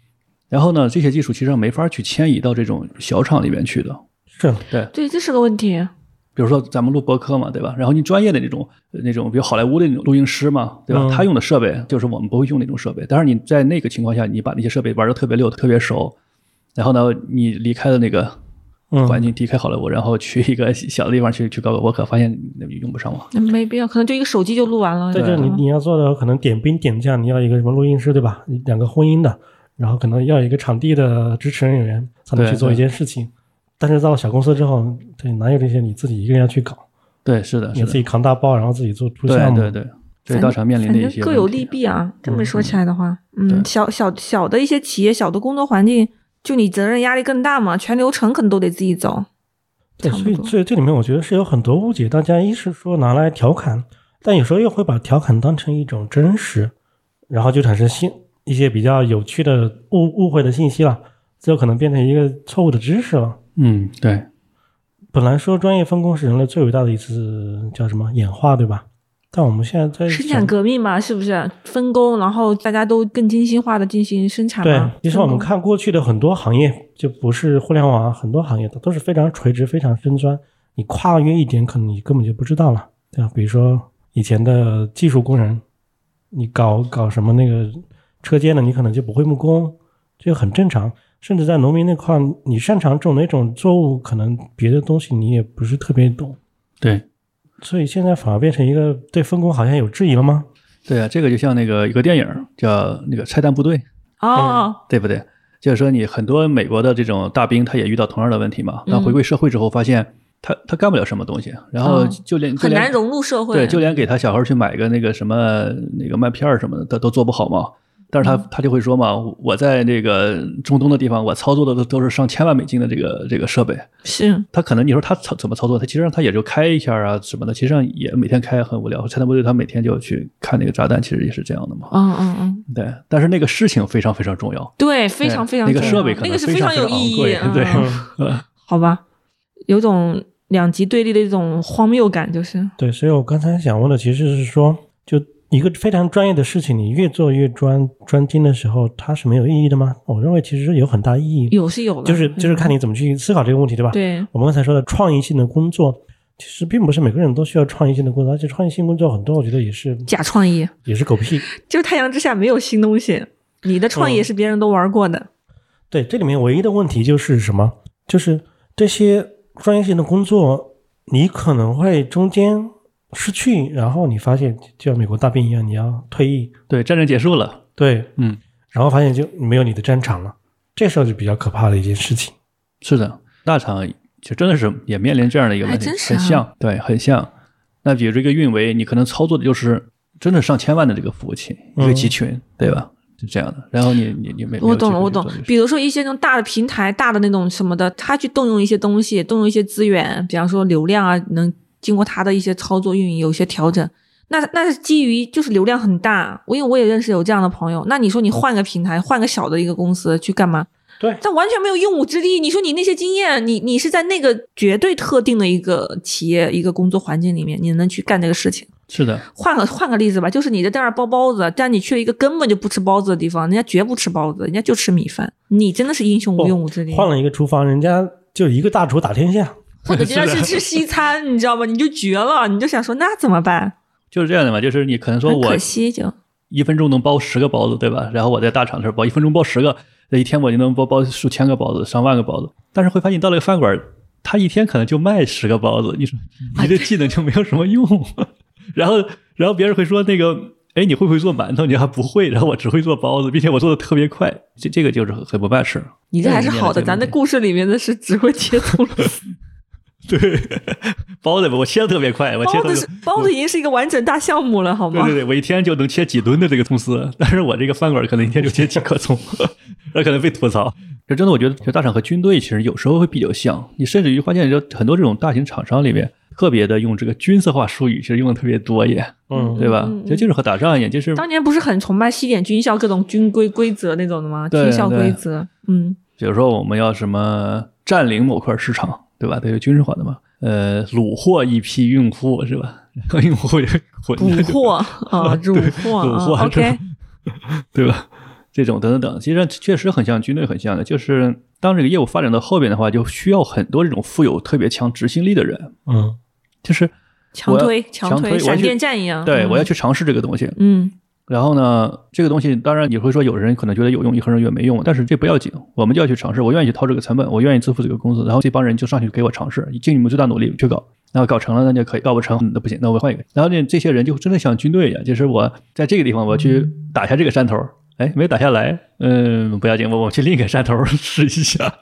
然后呢，这些技术其实上没法去迁移到这种小厂里面去的。是啊对，对，这是个问题。比比如说咱们录播客嘛，对吧？然后你专业的那种那种，比如好莱坞的那种录音师嘛，对吧？嗯他用的设备就是我们不会用那种设备，但是你在那个情况下，你把那些设备玩的特别溜、特别熟，然后呢，你离开了那个嗯环境，离开好莱坞，然后去一个小的地方去去搞搞播客，发现那用不上嘛。嗯没必要，可能就一个手机就录完了。对，就是你你要做的可能点兵点将，你要一个什么录音师对吧？两个婚姻的，然后可能要一个场地的支持人员才能对去做对一件事情。但是到了小公司之后，对，哪有这些你自己一个人要去搞？对，是的，是你自的，己扛大包，然后自己做出对项目。对对，这反大厂面临反的一正些各有问题嗯利弊啊。这么说起来的话，嗯对，小小小的一些企业、小的工作环境，就你责任压力更大嘛，全流程可能都得自己走。对，差不所以多这这里面我觉得是有很多误解，大家一是说拿来调侃，但有时候又会把调侃当成一种真实，然后就产生新一些比较有趣的误误会的信息了，最后可能变成一个错误的知识了。嗯，对，本来说专业分工是人类最伟大的一次叫什么演化，对吧？但我们现在在生想产革命嘛，是不是分工，然后大家都更精细化的进行生产对嘛？，其实我们分工看过去的很多行业，就不是互联网啊，很多行业它都是非常垂直、非常深钻，你跨越一点，可能你根本就不知道了，对吧？比如说以前的技术工人，你搞搞什么那个车间的，你可能就不会木工，这个很正常。甚至在农民那块儿，你擅长种哪种作物，可能别的东西你也不是特别懂，对，所以现在反而变成一个对分工好像有质疑了吗？对啊，这个就像那个一个电影叫那个《拆弹部队》，哦，对不对？就是说，你很多美国的这种大兵，他也遇到同样的问题嘛。嗯他回归社会之后，发现他他干不了什么东西，然后哦就连、就很连难融入社会。对，就连给他小孩去买个那个什么那个麦片儿什么的，他都做不好嘛。但是他嗯他就会说嘛，我在这个中东的地方，我操作的都都是上千万美金的这个这个设备。是嗯他可能你说他操怎么操作，他其实上他也就开一下啊什么的，其实上也每天开很无聊。拆弹部队他每天就去看那个炸弹，其实也是这样的嘛。嗯嗯嗯，对，但是那个事情非常非常重要。对，非常非常那个重要设备可能那个是非常有非常意义昂，贵嗯对 好吧，有种两极对立的一种荒谬感，就是对，所以我刚才想问的其实是说，就一个非常专业的事情，你越做越专专精的时候，它是没有意义的吗？我认为其实有很大意义，有是有的，就是就是看你怎么去思考这个问题，对吧？对，我们刚才说的创意性的工作，其实并不是每个人都需要创意性的工作，而且创意性工作很多，我觉得也是假创意，也是狗屁。就是太阳之下没有新东西，你的创意也是别人都玩过的，对，这里面唯一的问题就是什么？就是这些专业性的工作，你可能会中间失去，然后你发现就像美国大兵一样，你要退役，对，战争结束了，对，嗯，然后发现就没有你的战场了，这时候就比较可怕的一件事情。是的，大厂其实真的是也面临这样的一个问题，还真是啊很像，对，很像。那比如这个运维，你可能操作的就是真的上千万的这个服务器，嗯一个集群，对吧？就这样的。然后你你你没我懂了，我懂。比比如说一些那种大的平台、大的那种什么的，他去动用一些东西，动用一些资源，比方说流量啊，能经过他的一些操作运营有一些调整。那那是基于就是流量很大，我因为我也认识有这样的朋友。那你说你换个平台，换个小的一个公司去干嘛？对但完全没有用武之地。你说你那些经验，你你是在那个绝对特定的一个企业、一个工作环境里面，你能去干这个事情？是的，换个换个例子吧，就是你在那儿包包子，但你去了一个根本就不吃包子的地方，人家绝不吃包子，人家就吃米饭。你真的是英雄哦无用武之地，换了一个厨房，人家就一个大厨打天下。或者人家是吃西餐，你知道吧？你就绝了，你就想说那怎么办？就是这样的嘛。就是你可能说很我可惜就一分钟能包十个包子，对吧？然后我在大厂的时候包一分钟包十个，那一天我就能包包数千个包子、上万个包子。但是会发现你到了一个饭馆，他一天可能就卖十个包子，你说啊你这技能就没有什么用。然后，然后别人会说那个，哎，你会不会做馒头？你还不会。然后我只会做包子，并且我做的特别快。这这个就是很很不办事。你这还是好的，对咱的故事里面的是只会切葱了，对， 包子我切的特别 快，我切包得特子别是包子已经是一个完整大项目了，好对吗对？对，我一天就能切几吨的这个葱丝， 但是我这个饭馆可能一天就切几颗葱， 那可能被吐槽。这真的，我觉得就大厂和军队其实有时候会比较像，你甚至于发现，就很多这种大型厂商里面，特别的用这个军事化术语，其实用的特别多也，嗯对吧嗯嗯？这就是和打仗一样，就是当年不是很崇拜西点军校各种军规规则那种的吗？对军校规对则，嗯，比如说我们要什么占领某块市场，对吧？这个军事化的嘛，呃，虏获一批用户是吧？然后用户就滚捕着 获啊，虏获虏获啊还是 ，OK，对吧？这种等等等，其实确实很像军队，很像的，就是当这个业务发展到后边的话，就需要很多这种富有特别强执行力的人。嗯，就是强我要推强推，推，闪电战，战一样。对嗯我要去尝试这个东西。嗯然后呢，这个东西当然也会说，有人可能觉得有用，有人觉得没用，但是这不要紧，我们就要去尝试。我愿意去掏这个成本，我愿意支付这个工资，然后这帮人就上去给我尝试，尽你们最大努力去搞。然后搞成了，那就可以；搞不成，那不行，那我换一个。然后这这些人就真的像军队一样，就是我在这个地方我去打下这个山头，哎，没打下来，嗯，不要紧，我我去另一 个山头试一下。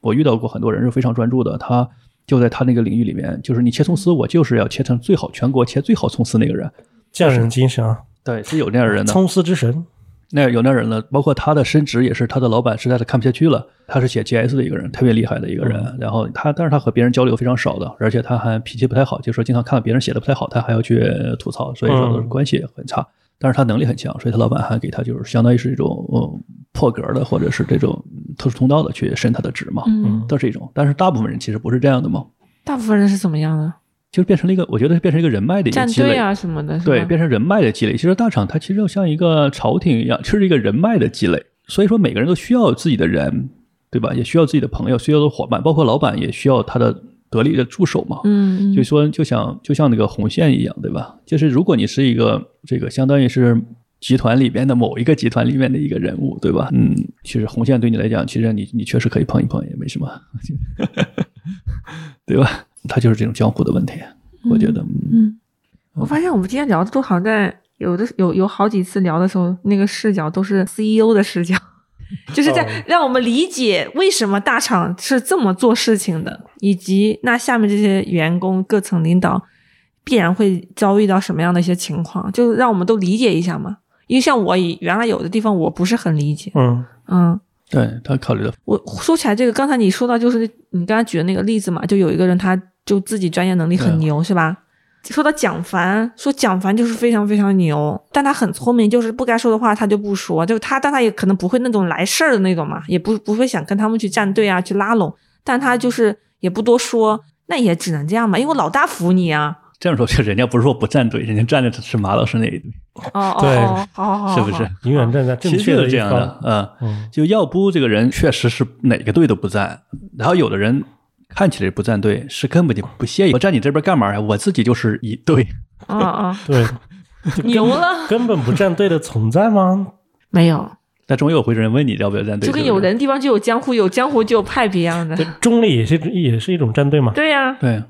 我遇到过很多人是非常专注的，他就在他那个领域里面，就是你切葱丝，我就是要切成最好全国切最好葱丝那个人。匠人精神啊，对，是有这样的人的。葱丝之神。那有那人了，包括他的升职也是他的老板实在是看不下去了。他是写 GS 的一个人，特别厉害的一个人。嗯然后他，但是他和别人交流非常少的，而且他还脾气不太好，就是说经常看到别人写的不太好，他还要去吐槽，所以说嗯关系也很差。但是他能力很强，所以他老板还给他就是相当于是一种嗯破格的，或者是这种嗯特殊通道的去升他的职嘛，嗯，都是一种。但是大部分人其实不是这样的嘛，大部分人是怎么样的？就是变成了一个，我觉得是变成一个人脉的一个战积累队。啊什么的，是对，吧变成人脉的积累。其实大厂它其实就像一个朝廷一样，就是一个人脉的积累。所以说每个人都需要自己的人，对吧？也需要自己的朋友，需要的伙伴，包括老板也需要他的得力的助手嘛。嗯，嗯就说就像就像那个红线一样，对吧？就是如果你是一个这个相当于是集团里边的某一个集团里面的一个人物，对吧？嗯，其实红线对你来讲，其实你你确实可以碰一碰，也没什么， 对吧？它就是这种江湖的问题，我觉得。嗯嗯，我发现我们今天聊的都好像在有的有有好几次聊的时候，那个视角都是 CEO 的视角， 就是在哦让我们理解为什么大厂是这么做事情的，以及那下面这些员工各层领导必然会遭遇到什么样的一些情况，就让我们都理解一下嘛。因为像我以原来有的地方我不是很理解，嗯，嗯，对他考虑的我说起来这个，刚才你说到就是你刚才举的那个例子嘛，就有一个人他就自己专业能力啊很牛，是吧？说到蒋凡，说蒋凡就是非常非常牛，但他很聪明，就是不该说的话他就不说，就他，但他也可能不会那种来事儿的那种嘛，也不不会想跟他们去站队啊，去拉拢，但他就是也不多说，那也只能这样嘛，因为老大服你啊，这样说，就人家不是说不站队， 人家站的是马老师那一队，哦哦对哦，好好好好，是不是？永远站在正其实确就是的这一样的方。，嗯，嗯，就要不这个人确实是哪个队都不站，然后有的人看起来不站队，是根本就不屑于我站你这边干嘛呀？我自己就是一队， 嗯嗯，对，牛了根本不站队的存在吗？没有？但总有会有人问你要不要站队，就跟对不有对人地方就有江湖，有江湖就有派别一样的对，，中立也是也是一种站队嘛。对呀、对。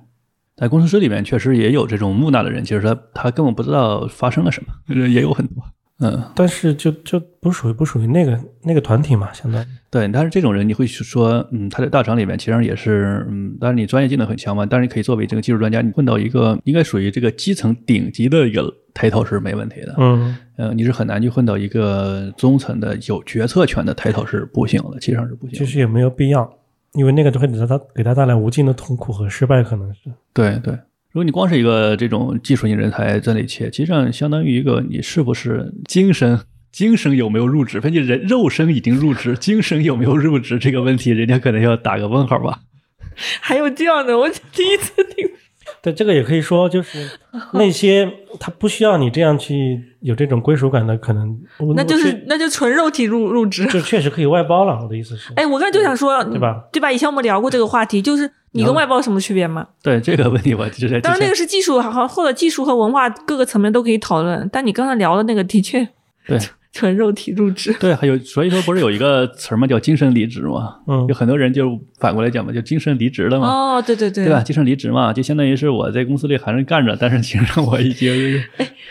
在工程师里面，确实也有这种木讷的人，其实他他根本不知道发生了什么，也有很多。嗯，但是就就不属于不属于那个那个团体嘛，相当于。对，但是这种人你会说，嗯，他在大厂里面其实也是，嗯，当然你专业技能很强嘛，当然你可以作为这个技术专家，你混到一个应该属于这个基层顶级的一个 title 是没问题的，嗯，呃，你是很难去混到一个中层的有决策权的 title 是不行的，其实上是不行的。就是也没有必要，因为那个都会给他给他带来无尽的痛苦和失败，可能是。对对，如果你光是一个这种技术型人才在里切，其实上相当于一个你是不是精神精神有没有入职，分析人肉身已经入职，精神有没有入职这个问题，人家可能要打个问号吧。还有这样的， 我第一次听。对，这个也可以说，就是那些他不需要你这样去有这种归属感的，可能 我那就我是那就纯肉体入入职确。就确实可以外包了。我的 意思是，哎，我刚才就想说，对吧？对吧？以前我们聊过这个话题，就是你跟聊了外包有什么区别吗？对这个问题，我就在之当然，那前个是技术好，或者技术和文化各个层面都可以讨论。但你刚才聊的那个，的确对纯肉体入职。对，还有所以说不是有一个词儿嘛，叫精神离职嘛？嗯有，很多人就反过来讲嘛，就精神离职了嘛，哦，对对对对吧？精神离职嘛，就相当于是我在公司里还能干着，但是其实上我已经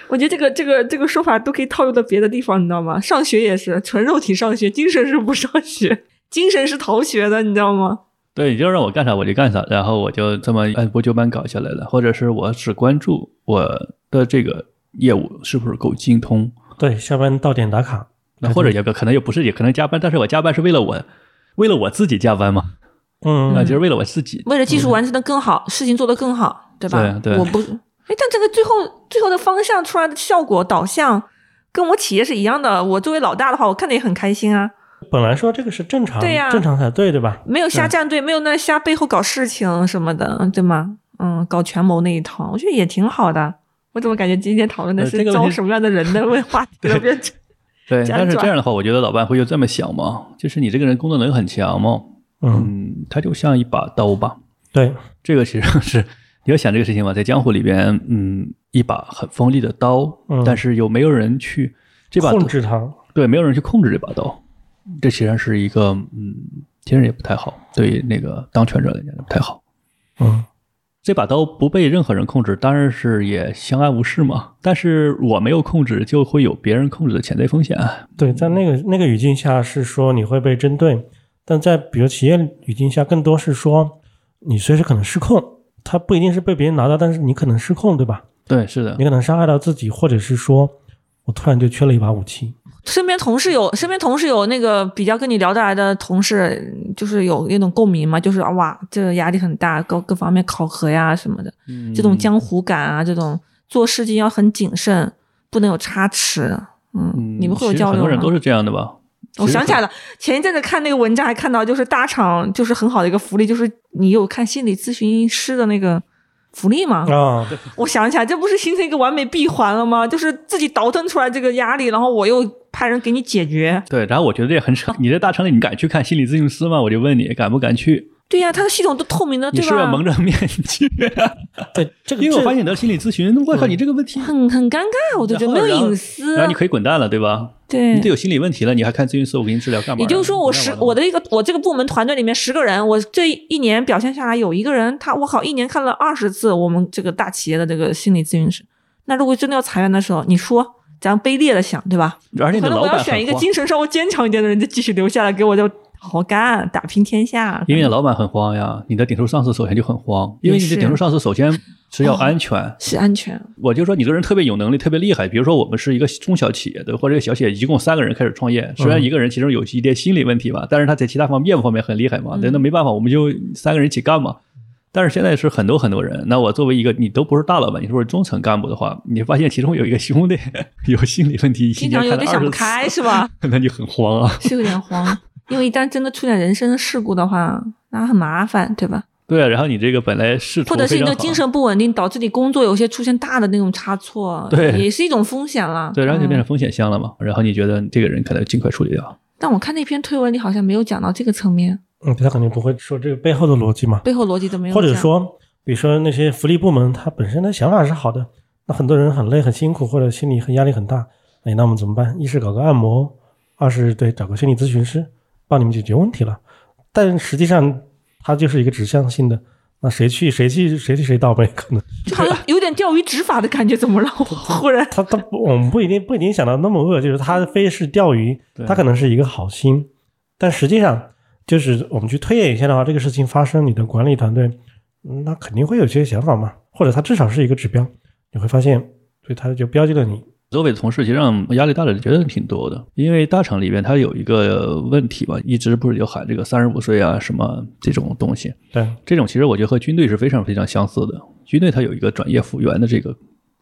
我觉得这个这个这个说法都可以套用到别的地方，你知道吗？上学也是纯肉体上学，精神是不上学，精神是逃学的，你知道吗？对，你就让我干啥我就干啥，然后我就这么按部就班搞下来了，或者是我只关注我的这个业务是不是够精通，对，下班到点打卡，那或者也可能也不是，也可能加班，但是我加班是为了我。为了我自己加班嘛，嗯，那就是为了我自己。为了技术完成的更好，事情做得更好，对吧？嗯对对我不，哎，但这个最后最后的方向出来的效果导向跟我企业是一样的。我作为老大的话，我看着也很开心啊，本来说这个是正常，对呀正常才对，对吧？没有瞎站队，没有那瞎背后搞事情什么的，对吗？嗯，搞权谋那一套，我觉得也挺好的。我怎么感觉今天讨论的呃是这个问招题什么样的人的问话题了？变 成对，辗但是这转样的话，我觉得老板会就这么想嘛，就是你这个人工作能力很强嘛，嗯，嗯，它就像一把刀吧，对，这个其实上是 你要想这个事情嘛，在江湖里边，嗯，一把很锋利的刀，嗯但是有没有人去这把刀控制它，对，没有人去控制这把刀，这其实是一个嗯，其实也不太好，对于那个当权者来讲也不太好。嗯这把刀不被任何人控制，当然是也相安无事嘛。但是我没有控制，就会有别人控制的潜在风险。啊对，在那个那个语境下是说你会被针对，但在比如企业语境下，更多是说你随时可能失控，它不一定是被别人拿到，但是你可能失控，对吧？对，是的你，可能伤害到自己，或者是说我突然就缺了一把武器，身边同事有，身边同事有那个比较跟你聊得来的同事，就是有那种共鸣嘛，就是啊哇，这个压力很大，各各方面考核呀什么的，嗯这种江湖感啊，这种做事情要很谨慎，不能有差池。嗯嗯，，你们会有其实交很流多人都吗？是这样的吧？我想起来了，了，前一阵子看那个文章还看到，就是大厂就是很好的一个福利，就是你有看心理咨询师的那个福利吗？啊，我想起来，这不是形成一个完美闭环了吗？就是自己倒腾出来这个压力，然后我又派人给你解决。对。然后我觉得这也很扯。你在大城里，你敢去看心理咨询师吗？我就问你，敢不敢去？对呀、它的系统都透明的，你啊对是不是吧？蒙着面去？对这 个，因为我这发现你的心理咨询，我靠，你这个问题，很很尴尬，我就觉得没有然后隐私然。后你可以滚蛋了，对吧？对你得有心理问题了，你还看咨询师？我给你治疗干嘛？嗯也就是说，我十我的的一个我这个部门团队里面十个人，我这一年表现下来有一个人，他我靠一年看了二十次我们这个大企业的这个心理咨询师。那如果真的要裁员的时候，你说咱卑劣的想，对吧？而且你的可能老我板要很选一个慌精神稍微坚强一点的人，就继续留下来，给我就好好干，打拼天下。因为你的老板很慌呀，你的顶头上司首先就很慌，因为你也的是顶头上司首先是要安全。是安全，我就说你这个人特别有能力，特别厉害。比如说我们是一个中小企业的，或者一个小企业，一共三个人开始创业，虽然嗯一个人其中有一点心理问题吧，但是他在其他方面业务方面很厉害嗯嘛，那那没办法，我们就三个人一起干嘛。但是现在是很多很多人，那我作为一个你都不是大老板，你说是中层干部的话，你发现其中有一个兄弟 有心理问题，一经年常有看了点想二十不开，是吧？ 那你很慌啊。 是有点慌，因为一旦真的出点人身事故的话，那很麻烦，对吧？对啊，然后你这个本来仕途或者是非你常的好啊精神不稳定，导致你工作有些出现大的那种差错，对也是一种风险啦。对，然后就变嗯成风险箱了嘛。然后你觉得这个人可能尽快处理掉，但我看那篇推文里好像没有讲到这个层面，嗯，他肯定不会说这个背后的逻辑嘛，背后逻辑都没有或讲。者，说，比如说那些福利部门，他本身的想法是好的，那很多人很累很辛苦，或者心里很压力很大，哎，那我们怎么办？一是搞个按摩，二是对找个心理咨询师帮你们解决问题了。但实际上，它就是一个指向性的，那谁去谁去谁去谁倒霉，可能就好像有点钓鱼执法的感觉，怎么让我忽 然？ 他他不我们不一定不一定想到那么恶，就是他非是钓鱼对，他可能是一个好心，但实际上就是我们去推演一下的话，这个事情发生，你的管理团队嗯那肯定会有些想法嘛，或者他至少是一个指标，你会发现，对，他就标记了你，周围的同事其实让压力大的人觉得挺多的，因为大厂里边它有一个问题嘛，一直不是有喊这个三十五岁啊什么这种东西，对，这种其实我觉得和军队是非常非常相似的。军队它有一个转业复员的这个，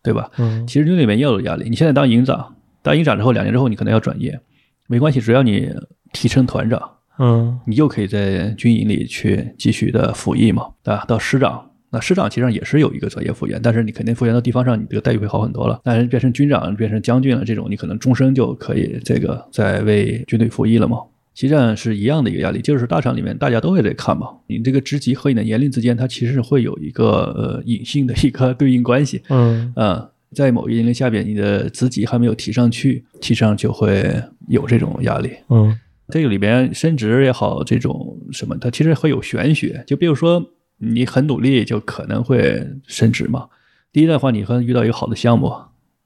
对吧？嗯，其实军队里面也有压力，你现在当营长，当营长之后两年之后你可能要转业，没关系，只要你提升团长，嗯，你又可以在军营里去继续的服役嘛，啊，到师长。那师长其实上也是有一个专业复员，但是你肯定复员到地方上，你这个待遇会好很多了。但是变成军长、变成将军了，这种你可能终身就可以这个在为军队服役了嘛。其实上是一样的一个压力，就是大厂里面大家都会在看嘛，你这个职级和你的年龄之间，它其实是会有一个呃隐性的一个对应关系。嗯，嗯，在某一年龄下边，你的职级还没有提上去，提上就会有这种压力。嗯，这个里边升职也好，这种什么，它其实会有玄学。就比如说你很努力，就可能会升职嘛。第一的话，你可能遇到一个好的项目，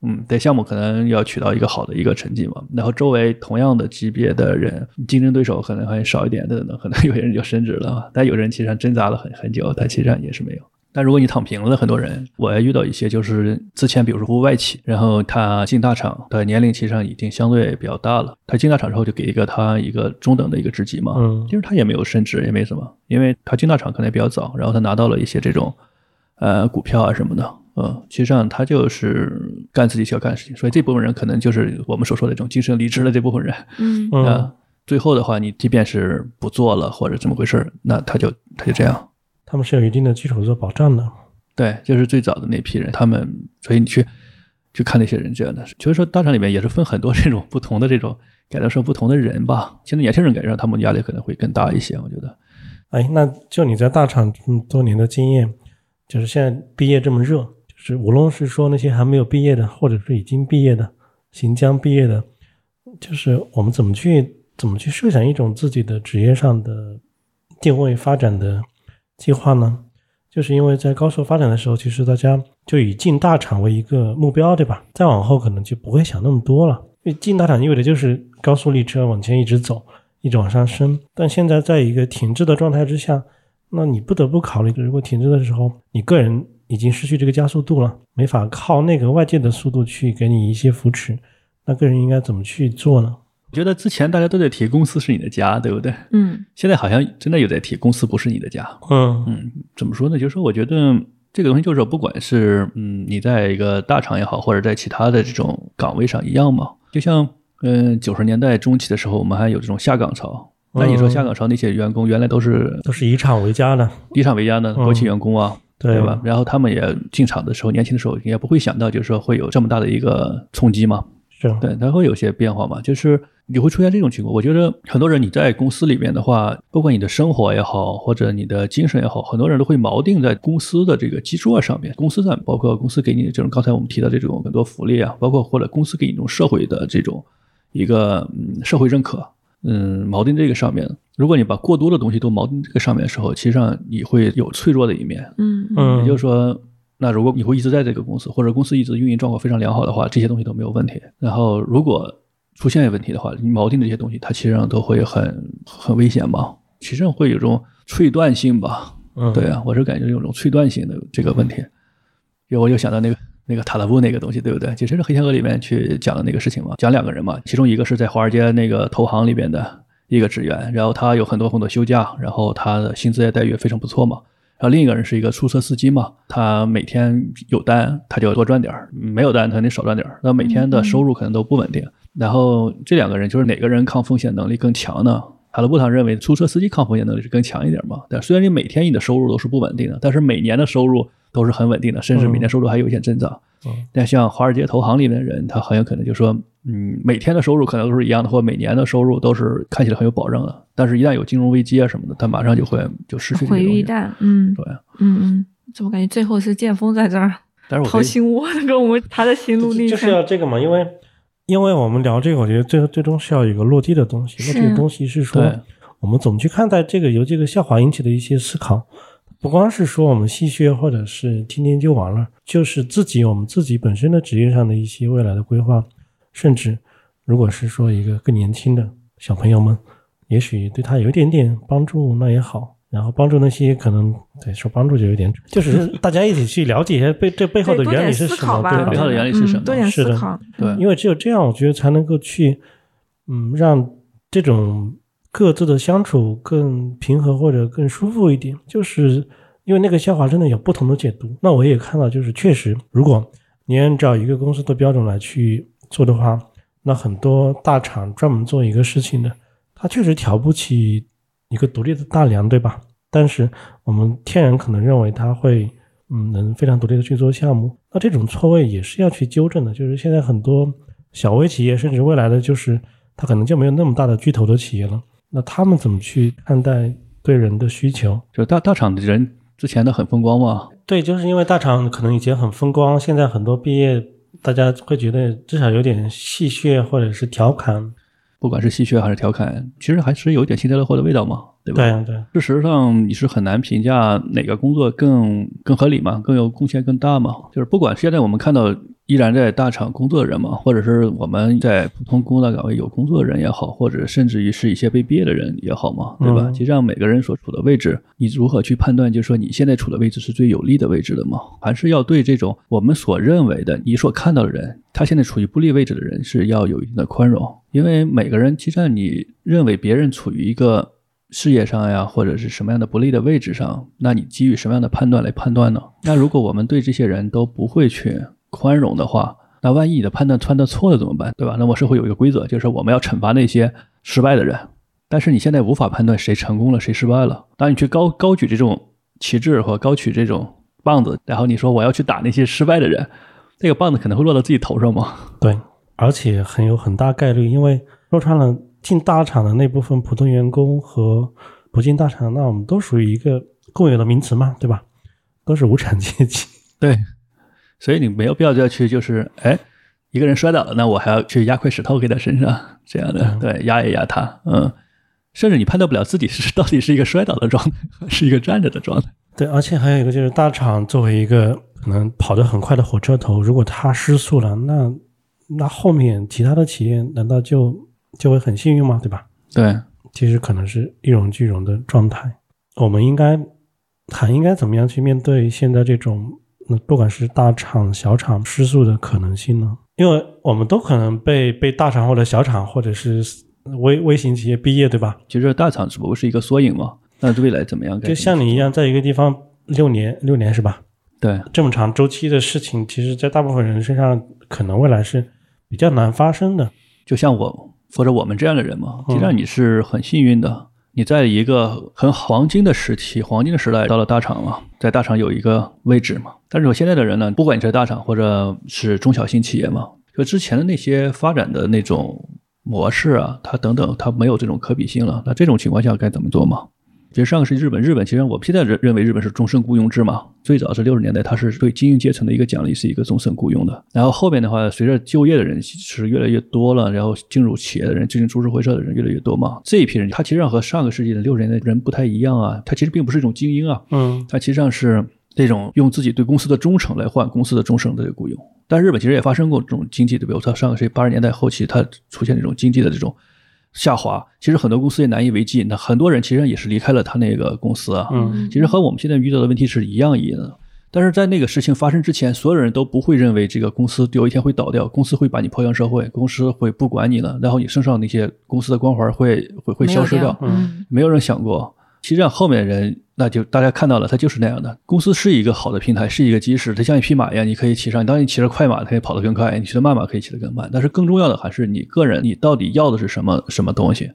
嗯，在项目可能要取到一个好的一个成绩嘛。然后周围同样的级别的人，竞争对手可能还少一点等等，可能有些人就升职了嘛。但有人其实上挣扎了很很久，但其实上也是没有。但如果你躺平了，很多人我也遇到一些，就是之前比如说服务外企，然后他进大厂的年龄其实上已经相对比较大了，他进大厂之后就给一个他一个中等的一个职级嘛，嗯其实他也没有升职，也没什么，因为他进大厂可能也比较早，然后他拿到了一些这种呃股票啊什么的，嗯，其实上他就是干自己想干的事情，所以这部分人可能就是我们所说的这种精神离职的这部分人，嗯，啊、嗯，最后的话，你即便是不做了或者怎么回事儿，那他就他就这样。他们是有一定的基础做保障的，对，就是最早的那批人，他们所以你去去看那些人这样的，所以说大厂里面也是分很多这种不同的这种改造成不同的人吧。现在年轻人改造，他们压力可能会更大一些，我觉得。哎，那就你在大厂这么多年的经验，就是现在毕业这么热，就是无论是说那些还没有毕业的，或者是已经毕业的、行将毕业的，就是我们怎么去怎么去设想一种自己的职业上的定位发展的计划呢？就是因为在高速发展的时候，其实大家就以进大厂为一个目标，对吧？再往后可能就不会想那么多了，因为进大厂意味着就是高速列车往前一直走，一直往上升。但现在在一个停滞的状态之下，那你不得不考虑，如果停滞的时候，你个人已经失去这个加速度了，没法靠那个外界的速度去给你一些扶持，那个人应该怎么去做呢？我觉得之前大家都在提公司是你的家，对不对？嗯现在好像真的有在提公司不是你的家。嗯嗯，怎么说呢？就是说，我觉得这个东西就是，不管是嗯，你在一个大厂也好，或者在其他的这种岗位上一样嘛。就像嗯，九、0十年代中期的时候，我们还有这种下岗潮。那你说嗯下岗潮那些员工原来都是都是以厂为家的，以厂为家的国企员工啊，对对吧？？然后他们也进厂的时候，年轻的时候也不会想到，就是说会有这么大的一个冲击嘛。是，对，它会有些变化嘛，就是你会出现这种情况。我觉得很多人你在公司里面的话，包括你的生活也好，或者你的精神也好，很多人都会锚定在公司的这个基座上面。公司上包括公司给你的这种刚才我们提到这种很多福利啊，包括或者公司给你这种社会的这种一个嗯社会认可，嗯，锚定这个上面。如果你把过多的东西都锚定这个上面的时候，其实上你会有脆弱的一面，嗯嗯，也就是说，那如果你会一直在这个公司，或者公司一直运营状况非常良好的话，这些东西都没有问题。然后如果出现问题的话，你锚定这些东西，它其实上都会很很危险嘛，其实上会有种脆断性吧。嗯，对啊，我是感觉有种脆断性的这个问题。因为我就想到那个那个塔勒布那个东西，对不对？其实是《黑天鹅》里面去讲的那个事情嘛，讲两个人嘛，其中一个是在华尔街那个投行里边的一个职员，然后他有很多很多休假，然后他的薪资也待遇也非常不错嘛。然后另一个人是一个出租车司机嘛，他每天有单他就多赚点儿，没有单他得少赚点儿。那每天的收入可能都不稳定。然后这两个人就是哪个人抗风险能力更强呢？塔勒布他认为出租车司机抗风险能力是更强一点嘛。但虽然你每天你的收入都是不稳定的，但是每年的收入都是很稳定的，甚至每年收入还有一些增长。嗯但像华尔街投行里面的人，他很有可能就说，嗯，每天的收入可能都是一样的，或每年的收入都是看起来很有保证的，但是一旦有金融危机啊什么的，他马上就会就失去这毁些于东一西。旦，嗯对，啊嗯嗯，怎么感觉最后是剑锋在这儿但是我可掏以心窝的跟我们他的心路就历就是程？要这个嘛，因为因为我们聊这个，我觉得最最终是要有一个落地的东西。是落地的东西是说对，我们怎么去看待这个由这个笑话引起的一些思考，不光是说我们戏谑或者是听听就完了，就是自己我们自己本身的职业上的一些未来的规划，甚至如果是说一个更年轻的小朋友们，也许对他有一点点帮助，那也好。然后帮助那些可能对说帮助就有点，就是大家一起去了解一下背这背后的对多点原理是思什考么，吧对吧？我背觉后的得原理是嗯什么多点是思的考，对因为只有这样，我觉得才能够去，嗯，让这种各自的相处更平和或者更舒服一点。就是因为那个笑话真的有不同的解读。那我也看到，就是确实，如果你按照一个公司的标准来去做的话，那很多大厂专门做一个事情的，它确实挑不起一个独立的大梁，对吧？但是我们天然可能认为它会，嗯，能非常独立的去做项目。那这种错位也是要去纠正的，就是现在很多小微企业，甚至未来的就是它可能就没有那么大的巨头的企业了。那他们怎么去看待对人的需求？就是大大厂的人之前的很风光嘛，对，就是因为大厂可能以前很风光，现在很多毕业大家会觉得至少有点戏谑或者是调侃。不管是戏谑还是调侃，其实还是有一点幸灾乐祸的味道嘛，对吧？对呀，对，事实上，你是很难评价哪个工作更更合理嘛，更有贡献更大嘛。就是不管现在我们看到依然在大厂工作的人嘛，或者是我们在普通工作岗位有工作的人也好，或者甚至于是一些被毕业的人也好嘛，对吧？嗯其实让每个人所处的位置，你如何去判断，就是说你现在处的位置是最有利的位置的嘛？还是要对这种我们所认为的、你所看到的人，他现在处于不利位置的人，是要有一定的宽容，因为每个人，其实上你认为别人处于一个事业上呀，或者是什么样的不利的位置上，那你基于什么样的判断来判断呢？那如果我们对这些人都不会去宽容的话，那万一你的判断判断错了怎么办？对吧？那么社会有一个规则，就是我们要惩罚那些失败的人，但是你现在无法判断谁成功了，谁失败了。当你去高高举这种旗帜或高举这种棒子，然后你说我要去打那些失败的人，那个棒子可能会落到自己头上嘛？对，而且很有很大概率，因为说穿了，进大厂的那部分普通员工和不进大厂，那我们都属于一个共有的名词嘛，对吧？都是无产阶级。 对，所以你没有必要再去就是哎，一个人摔倒了，那我还要去压块石头给他身上这样的，嗯对，压一压他，嗯，甚至你判断不了自己是到底是一个摔倒的状态，还是一个站着的状态。对，而且还有一个就是大厂作为一个可能跑得很快的火车头，如果它失速了，那那后面其他的企业难道就就会很幸运吗？对吧？对，其实可能是一荣俱荣的状态。我们应该还应该怎么样去面对现在这种，嗯不管是大厂、小厂失速的可能性呢？因为我们都可能被被大厂或者小厂或者是微微型企业毕业，对吧？其实大厂只不过是一个缩影嘛。那未来怎么样？就像你一，样，在一个地方六年，六年是吧？对这么长周期的事情，其实在大部分人身上可能未来是比较难发生的。就像我或者我们这样的人嘛，嗯实际上你是很幸运的，你在一个很黄金的时期、黄金的时代到了大厂嘛，在大厂有一个位置嘛。但是我现在的人呢，不管你在大厂或者是中小型企业嘛，就之前的那些发展的那种模式啊，它等等，它没有这种可比性了。那这种情况下该怎么做嘛？其实上个世纪日本，日本其实我们现在认认为日本是终身雇佣制嘛，最早是六十年代，它是对精英阶层的一个奖励，是一个终身雇佣的。然后后面的话，随着就业的人是越来越多了，然后进入企业的人、进入株式会社的人越来越多嘛，这一批人他其实上和上个世纪的六十年代人不太一样啊，他其实并不是一种精英啊，嗯，它其实上是这种用自己对公司的忠诚来换公司的终身的雇佣。但日本其实也发生过这种经济的，比如它上个世纪八十年代后期，它出现这种经济的这种下滑，其实很多公司也难以为继。那很多人其实也是离开了他那个公司啊，嗯其实和我们现在遇到的问题是一样一样的。但是在那个事情发生之前，所有人都不会认为这个公司有一天会倒掉，公司会把你抛向社会，公司会不管你了，然后你身上那些公司的光环会会会没有消失掉掉。嗯嗯没有人想过，其实际上后面的人，那就大家看到了，他就是那样的。公司是一个好的平台，是一个基石，它像一匹马一样，你可以骑上。当你骑着快马，它可以跑得更快；你骑着慢马，可以骑得更慢。但是更重要的还是你个人，你到底要的是什么什么东西？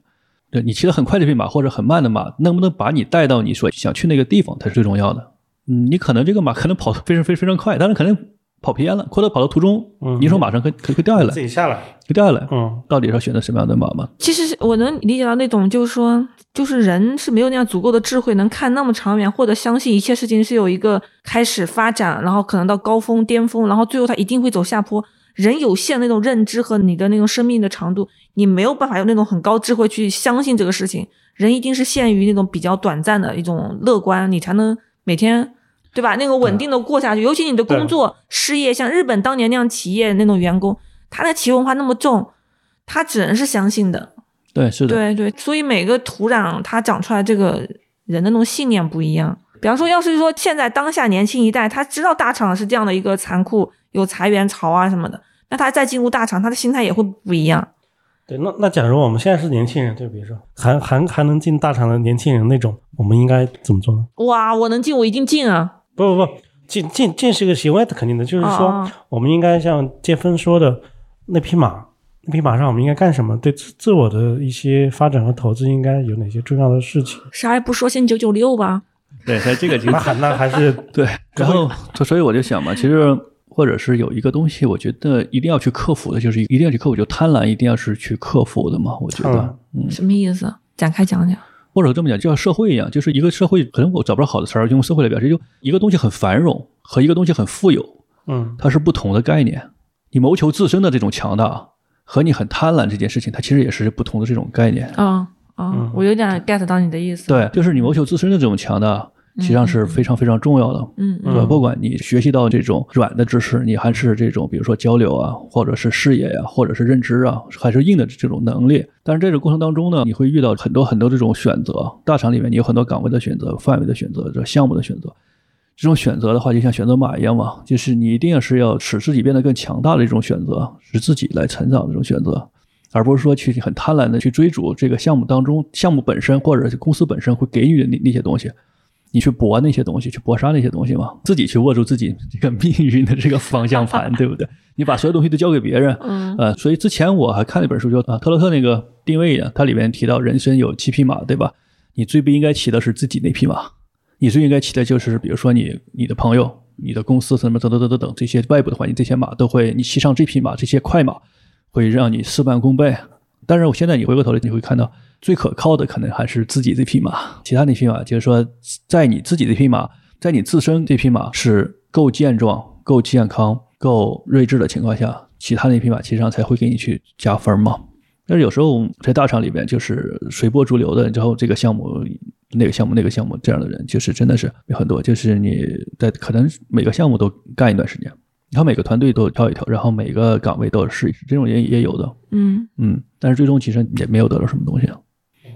对你骑得很快这匹马，或者很慢的马，能不能把你带到你所想去那个地方，才是最重要的。嗯，你可能这个马可能跑得非常非常非常快，但是可能跑偏了，或者跑到途中，嗯你从马上可可可掉下来，己下来。可掉下来。嗯到底要选择什么样的马嘛？其实是我能理解到那种，就是说，就是人是没有那样足够的智慧，能看那么长远，或者相信一切事情是有一个开始发展，然后可能到高峰、巅峰，然后最后它一定会走下坡。人有限那种认知和你的那种生命的长度，你没有办法用那种很高智慧去相信这个事情。人一定是限于那种比较短暂的一种乐观，你才能每天。对吧？那个稳定的过下去，尤其你的工作失业，像日本当年那样企业那种员工，他的企业文化那么重，他只能是相信的。对，是的，对对，所以每个土壤它长出来这个人的那种信念不一样。比方说，要是说现在当下年轻一代，他知道大厂是这样的一个残酷，有裁员潮啊什么的，那他再进入大厂，他的心态也会不一样。对，那那假如我们现在是年轻人，就比如说还还还能进大厂的年轻人那种，我们应该怎么做呢？哇，我能进，我一定进啊！不不不，进进进是个行为，肯定的，就是说、哦哦我们应该像建峰说的，那匹马，那匹马上我们应该干什么？对自自我的一些发展和投资应该有哪些重要的事情？啥也不说，先九九六吧。对，在这个情 那况还那还 是对，然然后后所所以我就想嘛，其实或者是有一个东西，我觉得一定要去克服的，就是一定要去克服，就贪婪一定要是去克服的嘛。我觉贪婪得，嗯，什么意思？展开讲讲。或者这么讲，就像社会一样，就是一个社会，可能我找不着好的词儿，用社会来表示，就一个东西很繁荣和一个东西很富有，嗯它是不同的概念。你谋求自身的这种强大和你很贪婪这件事情，它其实也是不同的这种概念。啊、啊、嗯我有点 get 到你的意思。，对，就是你谋求自身的这种强大，实际上是非常非常重要的。嗯嗯嗯对吧？不管你学习到这种软的知识，你还是这种比如说交流啊，或者是视野呀、或者是认知啊，还是硬的这种能力。但是这个过程当中呢，你会遇到很多很多这种选择。大厂里面你有很多岗位的选择、范围的选择、这项目的选择。这种选择的话，就像选择马一样嘛，就是你一定是要使自己变得更强大的一种选择，使自己来成长的这种选择，而不是说去很贪婪的去追逐这个项目当中项目本身或者是公司本身会给予的那那些东西。你去搏那些东西，去搏杀那些东西嘛，自己去握住自己这个命运的这个方向盘，对不对？你把所有东西都交给别人，嗯呃，所以之前我还看了一本书，就啊特洛特那个定位啊，它里面提到人生有七匹马，对吧？你最不应该骑的是自己那匹马，你最应该骑的就是比如说你你的朋友、你的公司什么等等等等等这些外部的环境，这些马都会你骑上这匹马，这些快马会让你事半功倍。但是我现在你回过头来，你会看到最可靠的可能还是自己这匹马，其他那匹马就是说，在你自己这匹马在你自身这匹马是够健壮、够健康、够睿智的情况下，其他那匹马其实上才会给你去加分嘛。但是有时候在大厂里边，就是随波逐流的，然后这个项目、那个项目、那个项目这样的人，就是真的是有很多。就是你在可能每个项目都干一段时间，然后每个团队都跳一跳，然后每个岗位都试一试，这种也也有的。嗯嗯，但是最终其实也没有得到什么东西啊。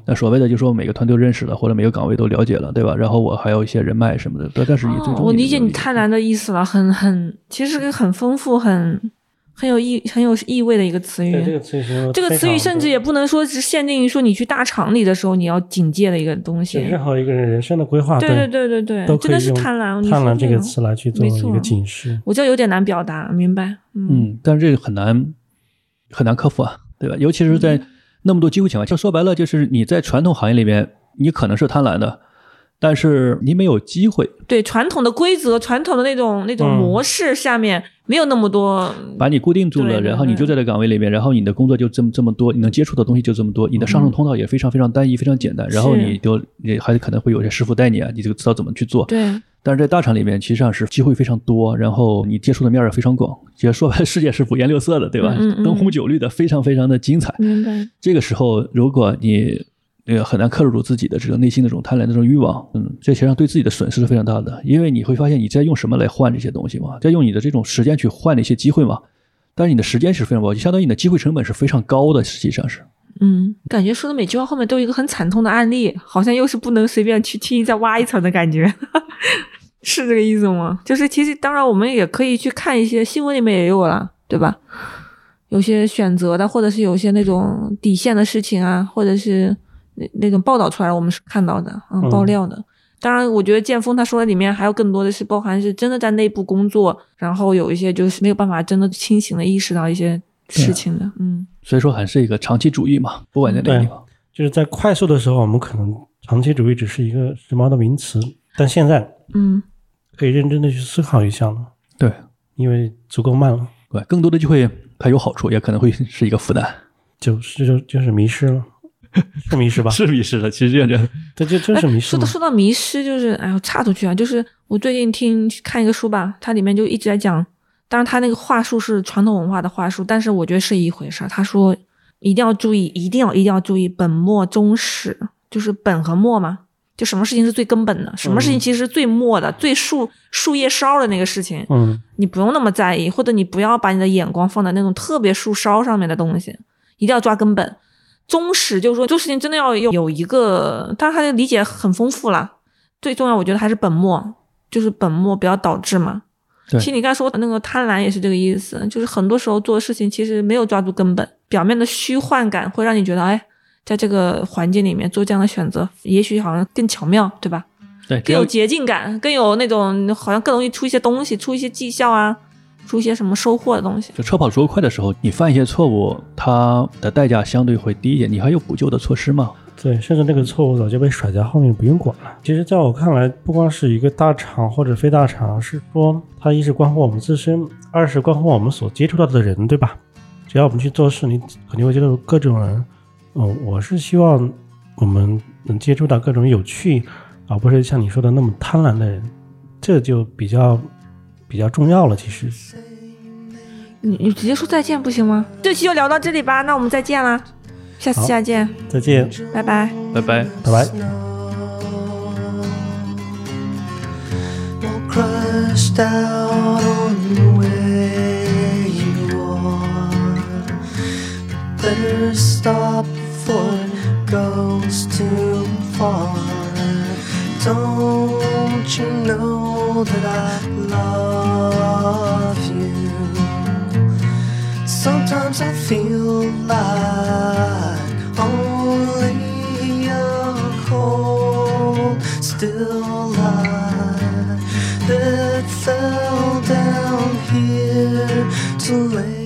那所谓的就说每个团队认识了，或者每个岗位都了解了，对吧？然后我还有一些人脉什么的，但但是你最终、哦，我理解你太难的意思了，很很，其实是个很丰富、很很有意、很有意味的一个词对这语个。词语，这个词语甚至也不能说是限定于说你去大厂里的时候你要警戒的一个东西对。任何一个人人生的规划，对啊对对对对对都真的可以是用贪婪你贪说婪这对个了词来去做没一个错警示。我这有点难表达，明白？嗯嗯，但是这个很难很难克服啊，对吧？尤其是嗯在那么多机会情况下，就说白了，就是你在传统行业里边，你可能是贪婪的，但是你没有机会对，传统的规则、传统的那种那种嗯模式下面，没有那么多。把你固定住对了，对然后你对就在这岗位里面，然后你的工作就这么这么多，你能接触的东西就这么多，你的上升通道也非常非常单一，非常简单，然后嗯是你就你还可能会有些师傅带你啊，你就知道怎么去做。对，但是在大厂里面，其实上是机会非常多，然后你接触的面儿也非常广，其实说白了，世界是五颜六色的，对吧？嗯嗯嗯灯红酒绿的，非常非常的精彩。明白。这个时候，如果你呃很难克制住自己的这个内心的这种贪婪的这种欲望，嗯，这实际上对自己的损失是非常大的，因为你会发现你在用什么来换这些东西嘛，在用你的这种时间去换那些机会嘛。但是你的时间是非常薄，相当于你的机会成本是非常高的，实际上是。嗯，感觉说的每句话后面都有一个很惨痛的案例，好像又是不能随便去轻易再挖一层的感觉， 是这个意思吗？就是其实当然我们也可以去看一些新闻里面也有了，对吧？有些选择的，或者是有些那种底线的事情啊，或者是那那种报道出来我们是看到的，嗯，嗯爆料的。当然，我觉得剑锋他说的里面还有更多的是包含是真的在内部工作，然后有一些就是没有办法真的清醒的意识到一些事情的，嗯所以说还是一个长期主义嘛，不管在哪个地方，就是在快速的时候，我们可能长期主义只是一个时髦的名词，但现在嗯。可以认真的去思考一下了，对因为足够慢了，对，更多的机会它有好处，也可能会是一个负担。就是就就是迷失了，是迷失吧？是迷失了，其实这样对，就就是迷失哎说嘛到。说到迷失，就是哎呦插出去啊，就是我最近听看一个书吧，它里面就一直在讲，当然它那个话术是传统文化的话术，但是我觉得是一回事儿。他说一定要注意，一定要一定要注意本末终始，就是本和末嘛，就什么事情是最根本的，什么事情嗯其实是最末的，最树树叶梢的那个事情，嗯，你不用那么在意，或者你不要把你的眼光放在那种特别树梢上面的东西，一定要抓根本。宗始就是说，做事情真的要有有一个，当然他的理解很丰富啦。最重要，我觉得还是本末，就是本末不要导致嘛。对其实你刚才说那个贪婪也是这个意思，就是很多时候做事情其实没有抓住根本，表面的虚幻感会让你觉得，哎，在这个环境里面做这样的选择，也许好像更巧妙，对吧？对，只更要有捷径感，更有那种好像更容易出一些东西，出一些绩效啊，出一些什么收获的东西。就车跑足够快的时候，你犯一些错误，它的代价相对会低一点，你还有补救的措施嘛？对，甚至那个错误早就被甩在后面，不用管了。其实，在我看来，不光是一个大厂或者非大厂，是说它一是关乎我们自身，二是关乎我们所接触到的人，对吧？只要我们去做事，你肯定会接触各种人。嗯，我是希望我们能接触到各种有趣，而不是像你说的那么贪婪的人，这就比较比较重要了。其实，你你直接说再见不行吗？这期就聊到这里吧，那我们再见啦，下次好下见，再见，拜拜。拜拜。拜拜。 All crushed out on the way you are. Better stop before it goes too far. Don't you know that I love you? Sometimes I feel like only a cold, still light that fell down here too late.